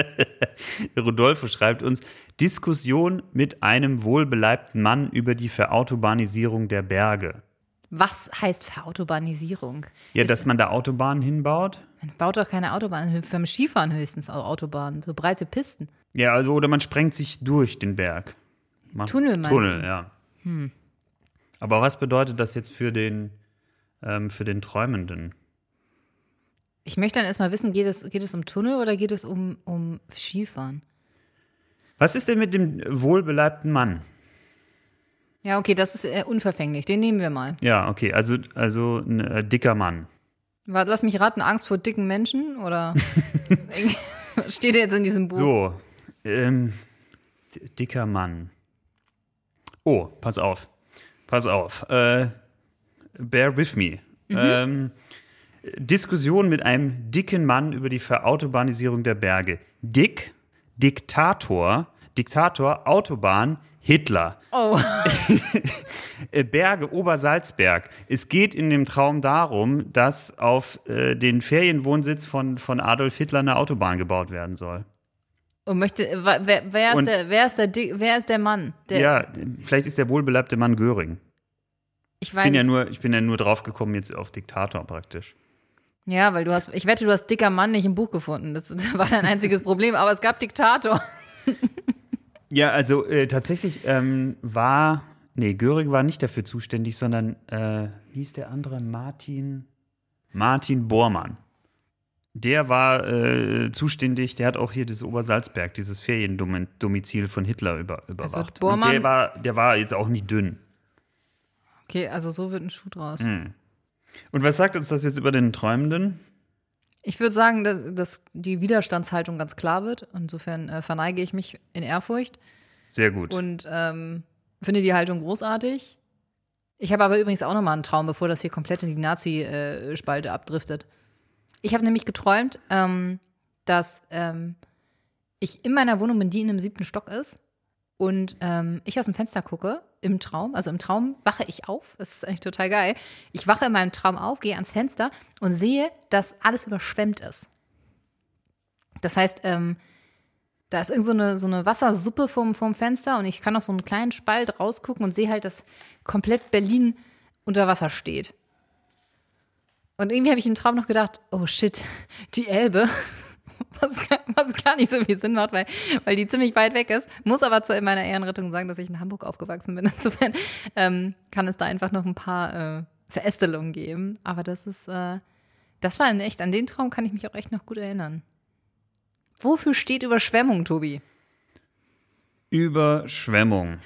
Speaker 2: Rodolfo schreibt uns Diskussion mit einem wohlbeleibten Mann über die Verautobanisierung der Berge.
Speaker 3: Was heißt Verautobanisierung?
Speaker 2: Ja, dass man da Autobahnen hinbaut.
Speaker 3: Man baut doch keine Autobahn, beim Skifahren höchstens Au- Autobahnen, so breite Pisten.
Speaker 2: Ja, also oder man sprengt sich durch den Berg. Man,
Speaker 3: Tunnel meinst Hm.
Speaker 2: Tunnel, ja. Aber was bedeutet das jetzt für den ähm, für den Träumenden?
Speaker 3: Ich möchte dann erstmal wissen, geht es, geht es um Tunnel oder geht es um, um Skifahren?
Speaker 2: Was ist denn mit dem wohlbeleibten Mann?
Speaker 3: Ja, okay, das ist äh, unverfänglich, den nehmen wir mal.
Speaker 2: Ja, okay, also also ein äh, dicker Mann.
Speaker 3: Wa- Lass mich raten, Angst vor dicken Menschen
Speaker 2: (laughs)
Speaker 3: oder (laughs) Was steht jetzt in diesem Buch?
Speaker 2: So, ähm, d- dicker Mann. Oh, pass auf. Pass auf. Äh, bear with me. Ähm, Diskussion mit einem dicken Mann über die Verautobanisierung der Berge. Dick, Diktator, Diktator, Autobahn, Hitler.
Speaker 3: Oh,
Speaker 2: Äh, Berge, Obersalzberg. Es geht in dem Traum darum, dass auf äh, den Ferienwohnsitz von, von Adolf Hitler eine Autobahn gebaut werden soll.
Speaker 3: Und möchte, wer, wer, ist,
Speaker 2: Und-
Speaker 3: der, wer, ist, der, Dick- wer ist der Mann? Der,
Speaker 2: ja, vielleicht ist der wohlbeleibte Mann Göring.
Speaker 3: ich
Speaker 2: Ich
Speaker 3: weiß.
Speaker 2: bin ja
Speaker 3: es-
Speaker 2: nur, ich bin ja nur draufgekommen jetzt auf Diktator praktisch.
Speaker 3: ja, weil du hast, ich wette, du hast dicker Mann nicht im Buch gefunden. Das (laughs) war dein einziges Problem. Aber es gab Diktator.
Speaker 2: Ja, also äh, tatsächlich ähm, war, nee, Göring war nicht dafür zuständig, sondern, äh, wie hieß der andere? Martin, Martin Bormann. Der war äh, zuständig, der hat auch hier das Obersalzberg, dieses Feriendomizil von Hitler über, überwacht. Und der
Speaker 3: Also Bormann-
Speaker 2: war, der war jetzt auch nicht dünn. Hm.
Speaker 3: Okay, also so wird ein Schuh draus.
Speaker 2: Und was sagt uns das jetzt über den Träumenden?
Speaker 3: Ich würde sagen, dass, dass die Widerstandshaltung ganz klar wird. Insofern äh, verneige ich mich in Ehrfurcht
Speaker 2: Sehr gut.
Speaker 3: und ähm, finde die Haltung großartig. Ich habe aber übrigens auch nochmal einen Traum, bevor das hier komplett in die Nazi-Spalte abdriftet. Ich habe nämlich geträumt, ähm, dass ähm, ich in meiner Wohnung bin, die in einem siebten Stock ist. Und ähm, ich aus dem Fenster gucke, im Traum, also im Traum wache ich auf, das ist eigentlich total geil. Ich wache in meinem Traum auf, gehe ans Fenster und sehe, dass alles überschwemmt ist. Das heißt, ähm, da ist irgend so eine, so eine Wassersuppe vorm, vorm Fenster und ich kann aus so einem kleinen Spalt rausgucken und sehe halt, dass komplett Berlin unter Wasser steht. Und irgendwie habe ich im Traum noch gedacht, oh shit, die Elbe, (laughs) was, gar- was gar nicht so viel Sinn macht, weil, weil die ziemlich weit weg ist. Muss aber zu meiner Ehrenrettung sagen, dass ich in Hamburg aufgewachsen bin. (laughs) Insofern ähm, kann es da einfach noch ein paar äh, Verästelungen geben. Aber das ist, äh, das war in echt, an den Traum kann ich mich auch echt noch gut erinnern. Wofür steht Überschwemmung, Tobi?
Speaker 2: Überschwemmung.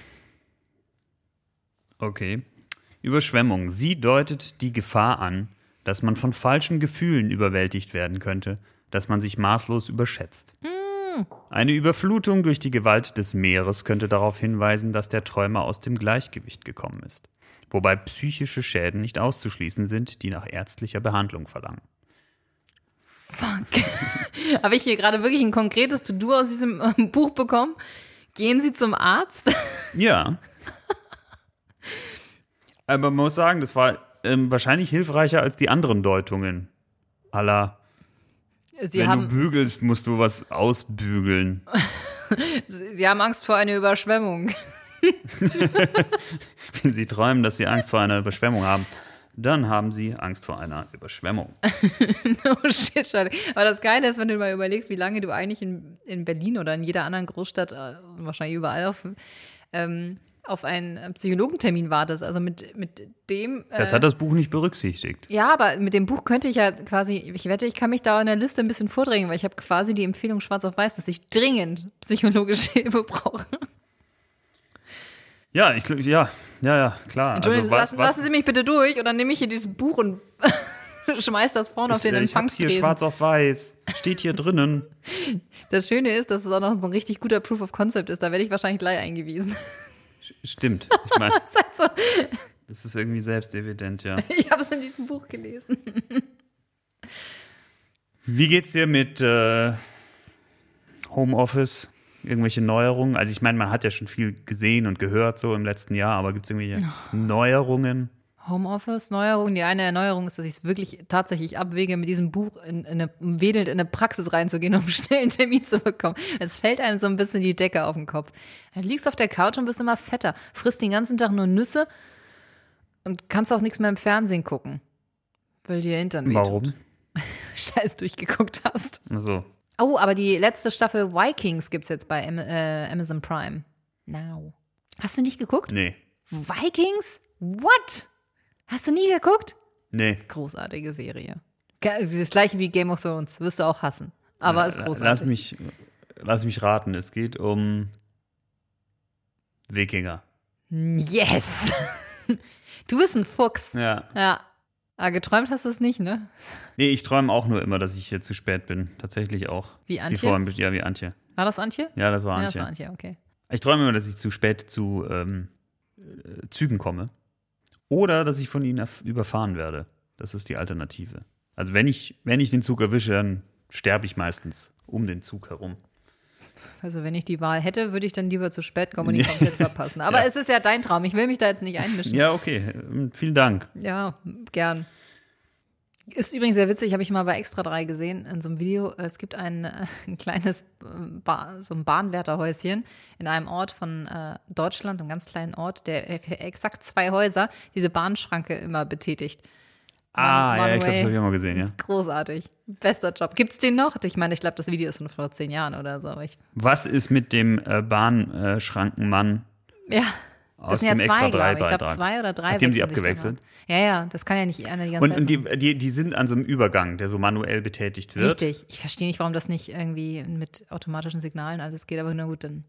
Speaker 2: Okay. Überschwemmung. Sie deutet die Gefahr an, dass man von falschen Gefühlen überwältigt werden könnte, dass man sich maßlos überschätzt. Eine Überflutung durch die Gewalt des Meeres könnte darauf hinweisen, dass der Träumer aus dem Gleichgewicht gekommen ist. Wobei psychische Schäden nicht auszuschließen sind, die nach ärztlicher Behandlung verlangen.
Speaker 3: Habe ich hier gerade wirklich ein konkretes To-Do aus diesem ähm, Buch bekommen? Gehen Sie zum Arzt?
Speaker 2: Ja. Aber man muss sagen, das war ähm, wahrscheinlich hilfreicher als die anderen Deutungen. Aller,
Speaker 3: Sie
Speaker 2: wenn du
Speaker 3: haben,
Speaker 2: bügelst, musst du was
Speaker 3: (laughs)
Speaker 2: ausbügeln.
Speaker 3: Sie haben Angst vor einer Überschwemmung. (laughs)
Speaker 2: Wenn sie träumen, dass sie Angst vor einer Überschwemmung haben, dann haben sie Angst vor einer Überschwemmung.
Speaker 3: Oh shit, schade. Aber das Geile ist, wenn du mal überlegst, wie lange du eigentlich in, in Berlin oder in jeder anderen Großstadt äh, und wahrscheinlich überall auf, ähm, auf einen äh, Psychologentermin wartest. Also mit, mit dem. Äh,
Speaker 2: Das hat das Buch nicht berücksichtigt.
Speaker 3: ja, aber mit dem Buch könnte ich ja quasi, ich wette, ich kann mich da in der Liste ein bisschen vordrängen, weil ich habe quasi die Empfehlung schwarz auf weiß, dass ich dringend psychologische (laughs) Hilfe brauche.
Speaker 2: Ja, ich glaub- ja, ja, ja, klar. Also
Speaker 3: Entschuldigung,
Speaker 2: wa-
Speaker 3: lassen, lassen Sie mich bitte durch und dann nehme ich hier dieses Buch und (laughs) schmeiß das vorne auf
Speaker 2: ich,
Speaker 3: den
Speaker 2: äh, ich hab's hier
Speaker 3: Empfangstresen.
Speaker 2: schwarz auf weiß. Steht hier
Speaker 3: (laughs)
Speaker 2: drinnen.
Speaker 3: Das Schöne ist, dass es auch noch so ein richtig guter Proof of Concept ist. Da werde ich wahrscheinlich gleich eingewiesen. (laughs)
Speaker 2: Stimmt. Ich meine,
Speaker 3: Das ist halt so,
Speaker 2: das ist irgendwie selbstevident, ja.
Speaker 3: ich habe es in diesem Buch gelesen.
Speaker 2: Wie geht's dir mit äh, Homeoffice? Irgendwelche Neuerungen? Also ich meine, man hat ja schon viel gesehen und gehört so im letzten Jahr, aber gibt es irgendwelche Neuerungen?
Speaker 3: Homeoffice, Neuerung. Die eine Erneuerung ist, dass ich es wirklich tatsächlich abwege, mit diesem Buch in, in eine, wedelnd in eine Praxis reinzugehen, um (laughs) schnell einen Termin zu bekommen. Es fällt einem so ein bisschen die Decke auf den Kopf. Dann liegst du auf der Couch und bist immer fetter, frisst den ganzen Tag nur Nüsse und kannst auch nichts mehr im Fernsehen gucken. Weil dir Hintern wehtut.
Speaker 2: Warum?
Speaker 3: Scheiß durchgeguckt hast.
Speaker 2: Also,
Speaker 3: Oh, aber die letzte Staffel Vikings gibt's jetzt bei Am äh, Amazon Prime. Now. Hast du nicht geguckt?
Speaker 2: nee.
Speaker 3: Vikings? What? Hast du nie geguckt?
Speaker 2: Nee.
Speaker 3: Großartige Serie. Ge- Das gleiche wie Game of Thrones. Wirst du auch hassen. Aber ist großartig.
Speaker 2: Lass mich, lass mich raten, es geht um Wikinger.
Speaker 3: Yes! (laughs) Du bist ein Fuchs.
Speaker 2: Ja.
Speaker 3: Ja. Aber geträumt hast du es nicht, ne?
Speaker 2: Nee, ich träume auch nur immer, dass ich hier zu spät bin. Tatsächlich auch.
Speaker 3: Wie Antje?
Speaker 2: vorhin- ja, wie Antje.
Speaker 3: War das Antje?
Speaker 2: Ja, das war
Speaker 3: Ja,
Speaker 2: Antje.
Speaker 3: das war Antje, okay.
Speaker 2: Ich träume immer, dass ich zu spät zu ähm, äh, Zügen komme. Oder dass ich von ihnen erf- überfahren werde. Das ist die Alternative. Also wenn ich, wenn ich den Zug erwische, dann sterbe ich meistens um den Zug herum.
Speaker 3: Also, wenn ich die Wahl hätte, würde ich dann lieber zu spät
Speaker 2: (laughs)
Speaker 3: kommen und ihn komplett verpassen. Aber es ist ja dein Traum. Ich will mich da jetzt nicht einmischen.
Speaker 2: Ja, okay. Ähm, Vielen Dank.
Speaker 3: Ja, gern. Ist übrigens sehr witzig, habe ich mal bei Extra 3 gesehen in so einem Video. Es gibt ein, äh, ein kleines äh, ba so ein Bahnwärterhäuschen in einem Ort von äh, Deutschland, einem ganz kleinen Ort, der äh, für exakt zwei Häuser diese Bahnschranke immer betätigt. Man-
Speaker 2: Ah, ja, ich glaube,
Speaker 3: Manuel.
Speaker 2: das habe ich auch mal gesehen, ja.
Speaker 3: Großartig. Bester Job. Gibt's den noch? Ich meine, ich glaube, das Video ist von vor zehn Jahren oder so. Aber ich,
Speaker 2: Was ist mit dem äh, Bahnschrankenmann
Speaker 3: ja,
Speaker 2: aus
Speaker 3: das sind
Speaker 2: dem
Speaker 3: ja
Speaker 2: Extra 3
Speaker 3: zwei, glaube ich. Ich glaube,
Speaker 2: Beitrag?
Speaker 3: zwei oder drei.
Speaker 2: Hat die haben die
Speaker 3: wechseln sich da
Speaker 2: abgewechselt?
Speaker 3: mal. Ja, ja, das kann ja nicht einer die ganze
Speaker 2: und
Speaker 3: Zeit
Speaker 2: und
Speaker 3: machen.
Speaker 2: die, die, die sind an so einem Übergang, der so manuell betätigt wird.
Speaker 3: Richtig. Ich verstehe nicht, warum das nicht irgendwie mit automatischen Signalen alles geht, aber na gut, dann.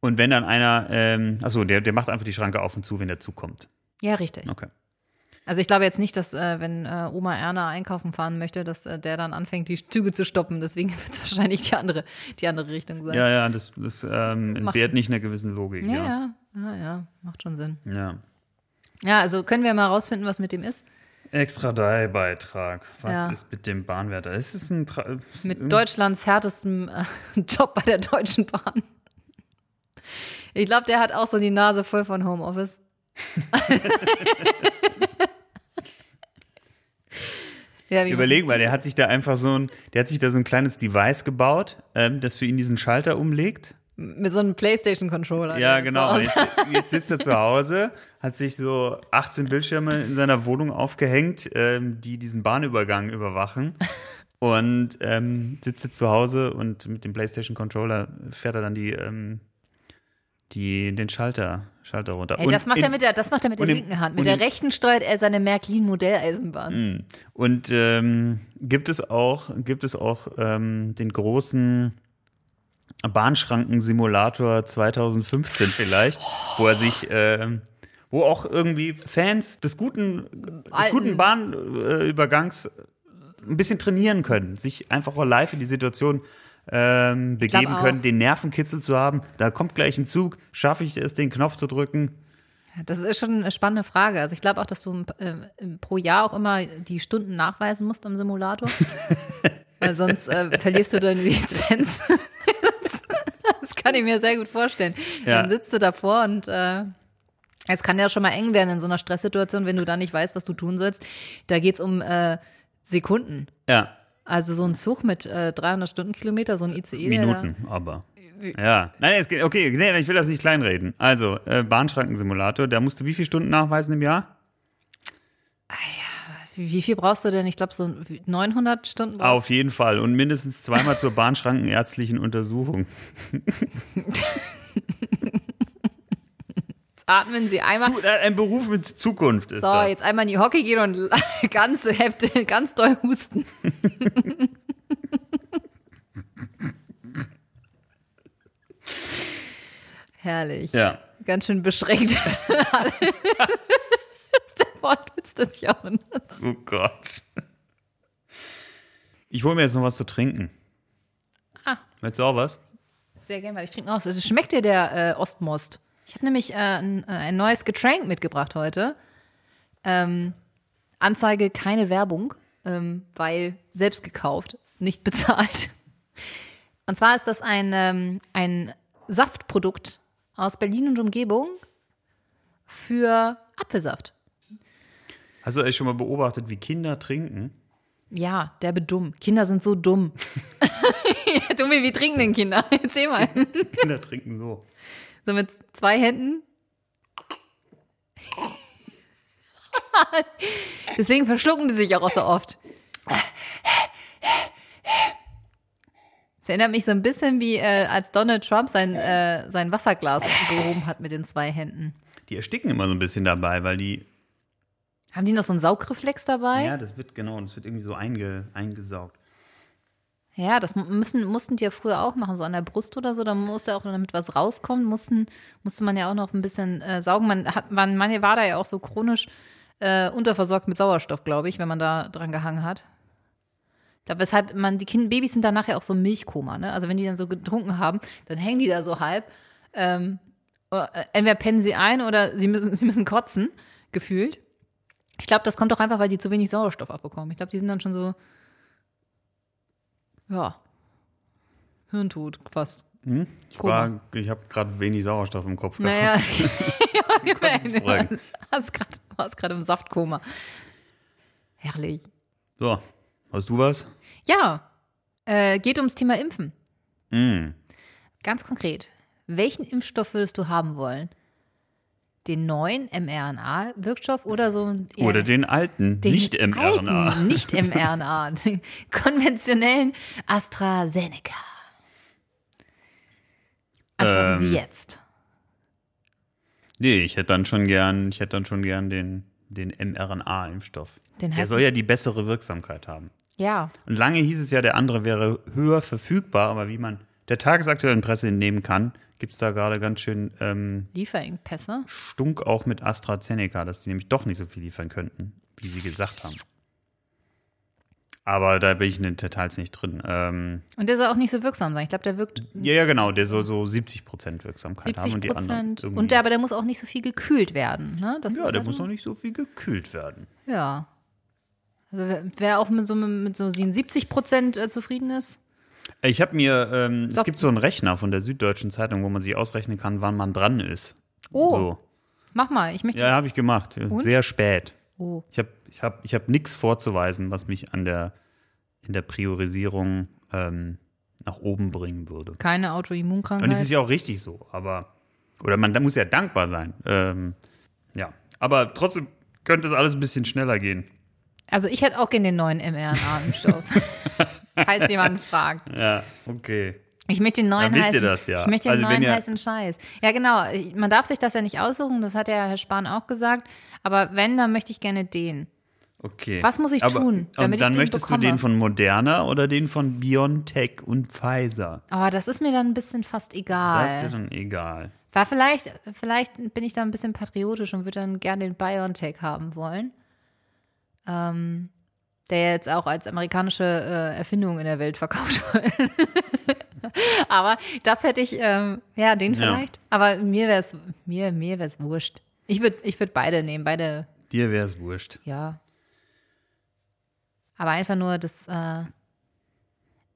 Speaker 2: Und wenn dann einer, ähm, achso, der, der macht einfach die Schranke auf und zu, wenn der Zug kommt.
Speaker 3: Ja, richtig.
Speaker 2: Okay.
Speaker 3: Also ich glaube jetzt nicht, dass äh, wenn äh, Oma Erna einkaufen fahren möchte, dass äh, der dann anfängt, die Züge zu stoppen. Deswegen (laughs) wird es wahrscheinlich die andere, die andere Richtung sein.
Speaker 2: Ja, ja, das, das ähm,
Speaker 3: Macht
Speaker 2: entbehrt
Speaker 3: Sinn.
Speaker 2: nicht einer gewissen Logik.
Speaker 3: ja,
Speaker 2: Ja,
Speaker 3: ja. ja, ja. macht schon Sinn.
Speaker 2: ja.
Speaker 3: Ja, also können wir mal rausfinden, was mit dem ist.
Speaker 2: Extra 3 Beitrag. Was
Speaker 3: Ja.
Speaker 2: ist mit dem Bahnwärter? Ist es ein. Tra
Speaker 3: Mit Deutschlands härtestem äh, (laughs) Job bei der Deutschen Bahn. Ich glaube, der hat auch so die Nase voll
Speaker 2: (laughs)
Speaker 3: von Homeoffice. ja, wie-
Speaker 2: Überlegen, weil der hat sich da einfach so ein, der hat sich da so ein kleines Device gebaut, ähm, das für ihn diesen Schalter umlegt.
Speaker 3: Mit so einem PlayStation-Controller.
Speaker 2: Ja,
Speaker 3: der jetzt
Speaker 2: genau.
Speaker 3: so
Speaker 2: Jetzt, jetzt sitzt er zu Hause, hat sich so 18 Bildschirme in seiner Wohnung aufgehängt, ähm, die diesen Bahnübergang überwachen. Und ähm, sitzt jetzt zu Hause und mit dem PlayStation-Controller fährt er dann die, ähm, die, den Schalter, Schalter runter.
Speaker 3: Ey,
Speaker 2: Und
Speaker 3: das, macht
Speaker 2: in-
Speaker 3: er mit der, das macht er mit der
Speaker 2: und im-
Speaker 3: linken Hand.
Speaker 2: und
Speaker 3: Mit der
Speaker 2: im-
Speaker 3: rechten steuert er seine Märklin-Modelleisenbahn.
Speaker 2: Hm. Und ähm, gibt es auch, gibt es auch ähm, den großen Bahnschranken-Simulator 2015 vielleicht, wo er sich, ähm, wo auch irgendwie Fans des guten, des
Speaker 3: Alten.
Speaker 2: guten Bahnübergangs ein bisschen trainieren können, sich einfach auch live in die Situation ähm,
Speaker 3: glaub
Speaker 2: begeben
Speaker 3: auch.
Speaker 2: können, den Nervenkitzel zu haben. Da kommt gleich ein Zug, schaffe ich es, den Knopf zu drücken?
Speaker 3: Das ist schon eine spannende Frage. Also ich glaube auch, dass du ähm, im- pro Jahr auch immer die Stunden nachweisen musst
Speaker 2: (laughs)
Speaker 3: am Simulator. Weil sonst äh, verlierst du deine Lizenz. (laughs) das kann ich mir sehr gut vorstellen.
Speaker 2: Ja.
Speaker 3: Dann sitzt du davor und äh, es kann ja schon mal eng werden in so einer Stresssituation, wenn du da nicht weißt, was du tun sollst. Da geht es um äh, Sekunden.
Speaker 2: Ja,
Speaker 3: Also so ein Zug mit äh, 300 Stundenkilometer, so ein ICE. der da-
Speaker 2: Minuten, aber. Ja, nein, es geht, okay, nee, ich will das nicht kleinreden. Also, äh, Bahnschrankensimulator, da musst du wie viele Stunden nachweisen im Jahr?
Speaker 3: Wie viel brauchst du denn? Ich glaube, so 900 Stunden
Speaker 2: Ah,
Speaker 3: brauchst
Speaker 2: auf jeden Fall. Und mindestens zweimal zur bahnschrankenärztlichen
Speaker 3: (laughs)
Speaker 2: Untersuchung.
Speaker 3: du. Atmen sie einmal.
Speaker 2: Zu, äh, ein Beruf mit Zukunft ist
Speaker 3: So,
Speaker 2: das.
Speaker 3: jetzt einmal in die Hockey gehen und (laughs) ganz, heftig, ganz doll husten. (laughs) Herrlich.
Speaker 2: Ja.
Speaker 3: Ganz
Speaker 2: (laughs)
Speaker 3: schön beschränkt. (laughs) Der Wortwitz des Jochen.
Speaker 2: Oh Gott. Ich hole mir jetzt noch was zu trinken.
Speaker 3: Ah.
Speaker 2: Willst du auch was?
Speaker 3: Sehr gerne, weil ich trinke noch aus. Also schmeckt dir der äh, Ostmost? Ich habe nämlich äh, ein, äh, ein neues Getränk mitgebracht heute. Ähm, Anzeige, keine Werbung, ähm, weil selbst gekauft, nicht (laughs) bezahlt. Und zwar ist das ein, ähm, ein Saftprodukt aus Berlin und Umgebung für Apfelsaft.
Speaker 2: Hast du eigentlich schon mal beobachtet, wie Kinder trinken?
Speaker 3: Ja, der dumm. Kinder sind so dumm. (laughs) ja, Dummi, wie trinken denn Kinder? (laughs) Erzähl mal. (laughs)
Speaker 2: Kinder trinken so.
Speaker 3: So mit zwei Händen. (laughs) Deswegen verschlucken die sich auch so oft. Es erinnert mich so ein bisschen wie, äh, als Donald Trump sein, äh, sein Wasserglas gehoben hat mit den zwei Händen.
Speaker 2: Die ersticken immer so ein bisschen dabei, weil die.
Speaker 3: Haben die noch so einen Saugreflex dabei?
Speaker 2: Ja, das wird genau, das wird irgendwie so einge, eingesaugt.
Speaker 3: Ja, das mu- müssen, mussten die ja früher auch machen, so an der Brust oder so. Da musste auch, damit was rauskommt, mussten, musste man ja auch noch ein bisschen äh, saugen. Man, hat, man, man war da ja auch so chronisch äh, unterversorgt mit Sauerstoff, glaube ich, wenn man da dran gehangen hat. Ich glaube, weshalb man, die kind, Babys sind dann nachher auch so im Milchkoma, ne? Also wenn die dann so getrunken haben, dann hängen die da so halb. Ähm, oder, äh, entweder pennen sie ein oder sie müssen, (laughs) sie müssen kotzen, gefühlt. Ich glaube, das kommt doch einfach, weil die zu wenig Sauerstoff abbekommen. Ich glaube, die sind dann schon so, ja, Hirntod fast.
Speaker 2: Ich, war- Hm? ich habe gerade wenig Sauerstoff im Kopf gehabt.
Speaker 3: (laughs)
Speaker 2: (laughs)
Speaker 3: Naja, ich
Speaker 2: Fragen.
Speaker 3: hast gerade im Saftkoma. Herrlich.
Speaker 2: So, hast du was?
Speaker 3: Ja, äh, geht ums Thema Impfen.
Speaker 2: Mm.
Speaker 3: Ganz konkret. Welchen Impfstoff würdest du haben wollen? Den neuen mRNA-Wirkstoff oder so ein. eher
Speaker 2: Oder den alten,
Speaker 3: den
Speaker 2: nicht mRNA.
Speaker 3: alten, Nicht mRNA.
Speaker 2: (laughs)
Speaker 3: Den konventionellen AstraZeneca. Antworten Sie
Speaker 2: Ähm.
Speaker 3: jetzt.
Speaker 2: Nee, ich hätte dann schon gern, ich hätte dann schon gern den, den mRNA-Impfstoff.
Speaker 3: Den
Speaker 2: Der
Speaker 3: heißen-
Speaker 2: soll ja die bessere Wirksamkeit haben.
Speaker 3: Ja.
Speaker 2: Und lange hieß es ja, der andere wäre höher verfügbar, aber wie man der tagesaktuellen Presse entnehmen kann, gibt es da gerade ganz schön ähm,
Speaker 3: Lieferengpässe.
Speaker 2: Stunk auch mit AstraZeneca, dass die nämlich doch nicht so viel liefern könnten, wie sie gesagt haben. Aber da bin ich in den Details nicht drin. Ähm,
Speaker 3: Und der soll auch nicht so wirksam sein. Ich glaube, der wirkt
Speaker 2: ja, ja, genau, der soll so 70% Wirksamkeit haben
Speaker 3: 70
Speaker 2: und die anderen.
Speaker 3: Prozent.
Speaker 2: irgendwie-
Speaker 3: Und der, aber der muss auch nicht so viel gekühlt werden. Ne? Das
Speaker 2: ja,
Speaker 3: ist
Speaker 2: der
Speaker 3: halt-
Speaker 2: muss noch nicht so viel gekühlt werden.
Speaker 3: Ja. Also wer, wer auch mit so, einem- mit so 70 Prozent äh, zufrieden ist.
Speaker 2: Ich habe mir, ähm,
Speaker 3: So.
Speaker 2: es gibt so einen Rechner von der Süddeutschen Zeitung, wo man sich ausrechnen kann, wann man dran ist.
Speaker 3: Oh.
Speaker 2: So.
Speaker 3: Mach mal, ich möchte.
Speaker 2: Ja, habe ich gemacht. Sehr spät.
Speaker 3: Oh.
Speaker 2: Ich habe ich hab, ich hab nichts vorzuweisen, was mich an der, in der Priorisierung ähm, nach oben bringen würde.
Speaker 3: Keine
Speaker 2: Und es ist
Speaker 3: Autoimmunkrankheit.
Speaker 2: ja auch richtig so, aber. Oder man da muss ja dankbar sein. Ähm, ja. Aber trotzdem könnte es alles ein bisschen schneller gehen.
Speaker 3: Also ich hätte auch gerne den
Speaker 2: (laughs)
Speaker 3: neuen mRNA-Impfstoff. falls jemand fragt.
Speaker 2: Ja, okay.
Speaker 3: Ich möchte den neuen
Speaker 2: Dann wisst
Speaker 3: heißen,
Speaker 2: ihr das ja.
Speaker 3: Ich möchte den
Speaker 2: Also wenn
Speaker 3: neuen
Speaker 2: ihr-
Speaker 3: heißen Scheiß. Ja, genau. Ich- Man darf sich das ja nicht aussuchen, das hat ja Herr Spahn auch gesagt. Aber wenn, dann möchte ich gerne den.
Speaker 2: Okay.
Speaker 3: Was muss ich tun,
Speaker 2: und
Speaker 3: damit ich
Speaker 2: dann
Speaker 3: den
Speaker 2: möchtest
Speaker 3: bekomme?
Speaker 2: du den von Moderna oder den von BioNTech und Pfizer?
Speaker 3: Aber Oh, das ist mir dann ein bisschen fast egal.
Speaker 2: Das ist ja dann egal.
Speaker 3: War vielleicht, vielleicht bin ich da ein bisschen patriotisch und würde dann gerne den BioNTech haben wollen. Ähm, der ja jetzt auch als amerikanische äh, Erfindung in der Welt verkauft (laughs) wird. Aber das hätte ich, ähm, ja, den
Speaker 2: Ja.
Speaker 3: vielleicht. Aber mir wäre es mir, mir wär's wurscht. Ich würde ich würd beide nehmen, beide,
Speaker 2: Dir wäre es wurscht.
Speaker 3: ja. Aber einfach nur das, äh,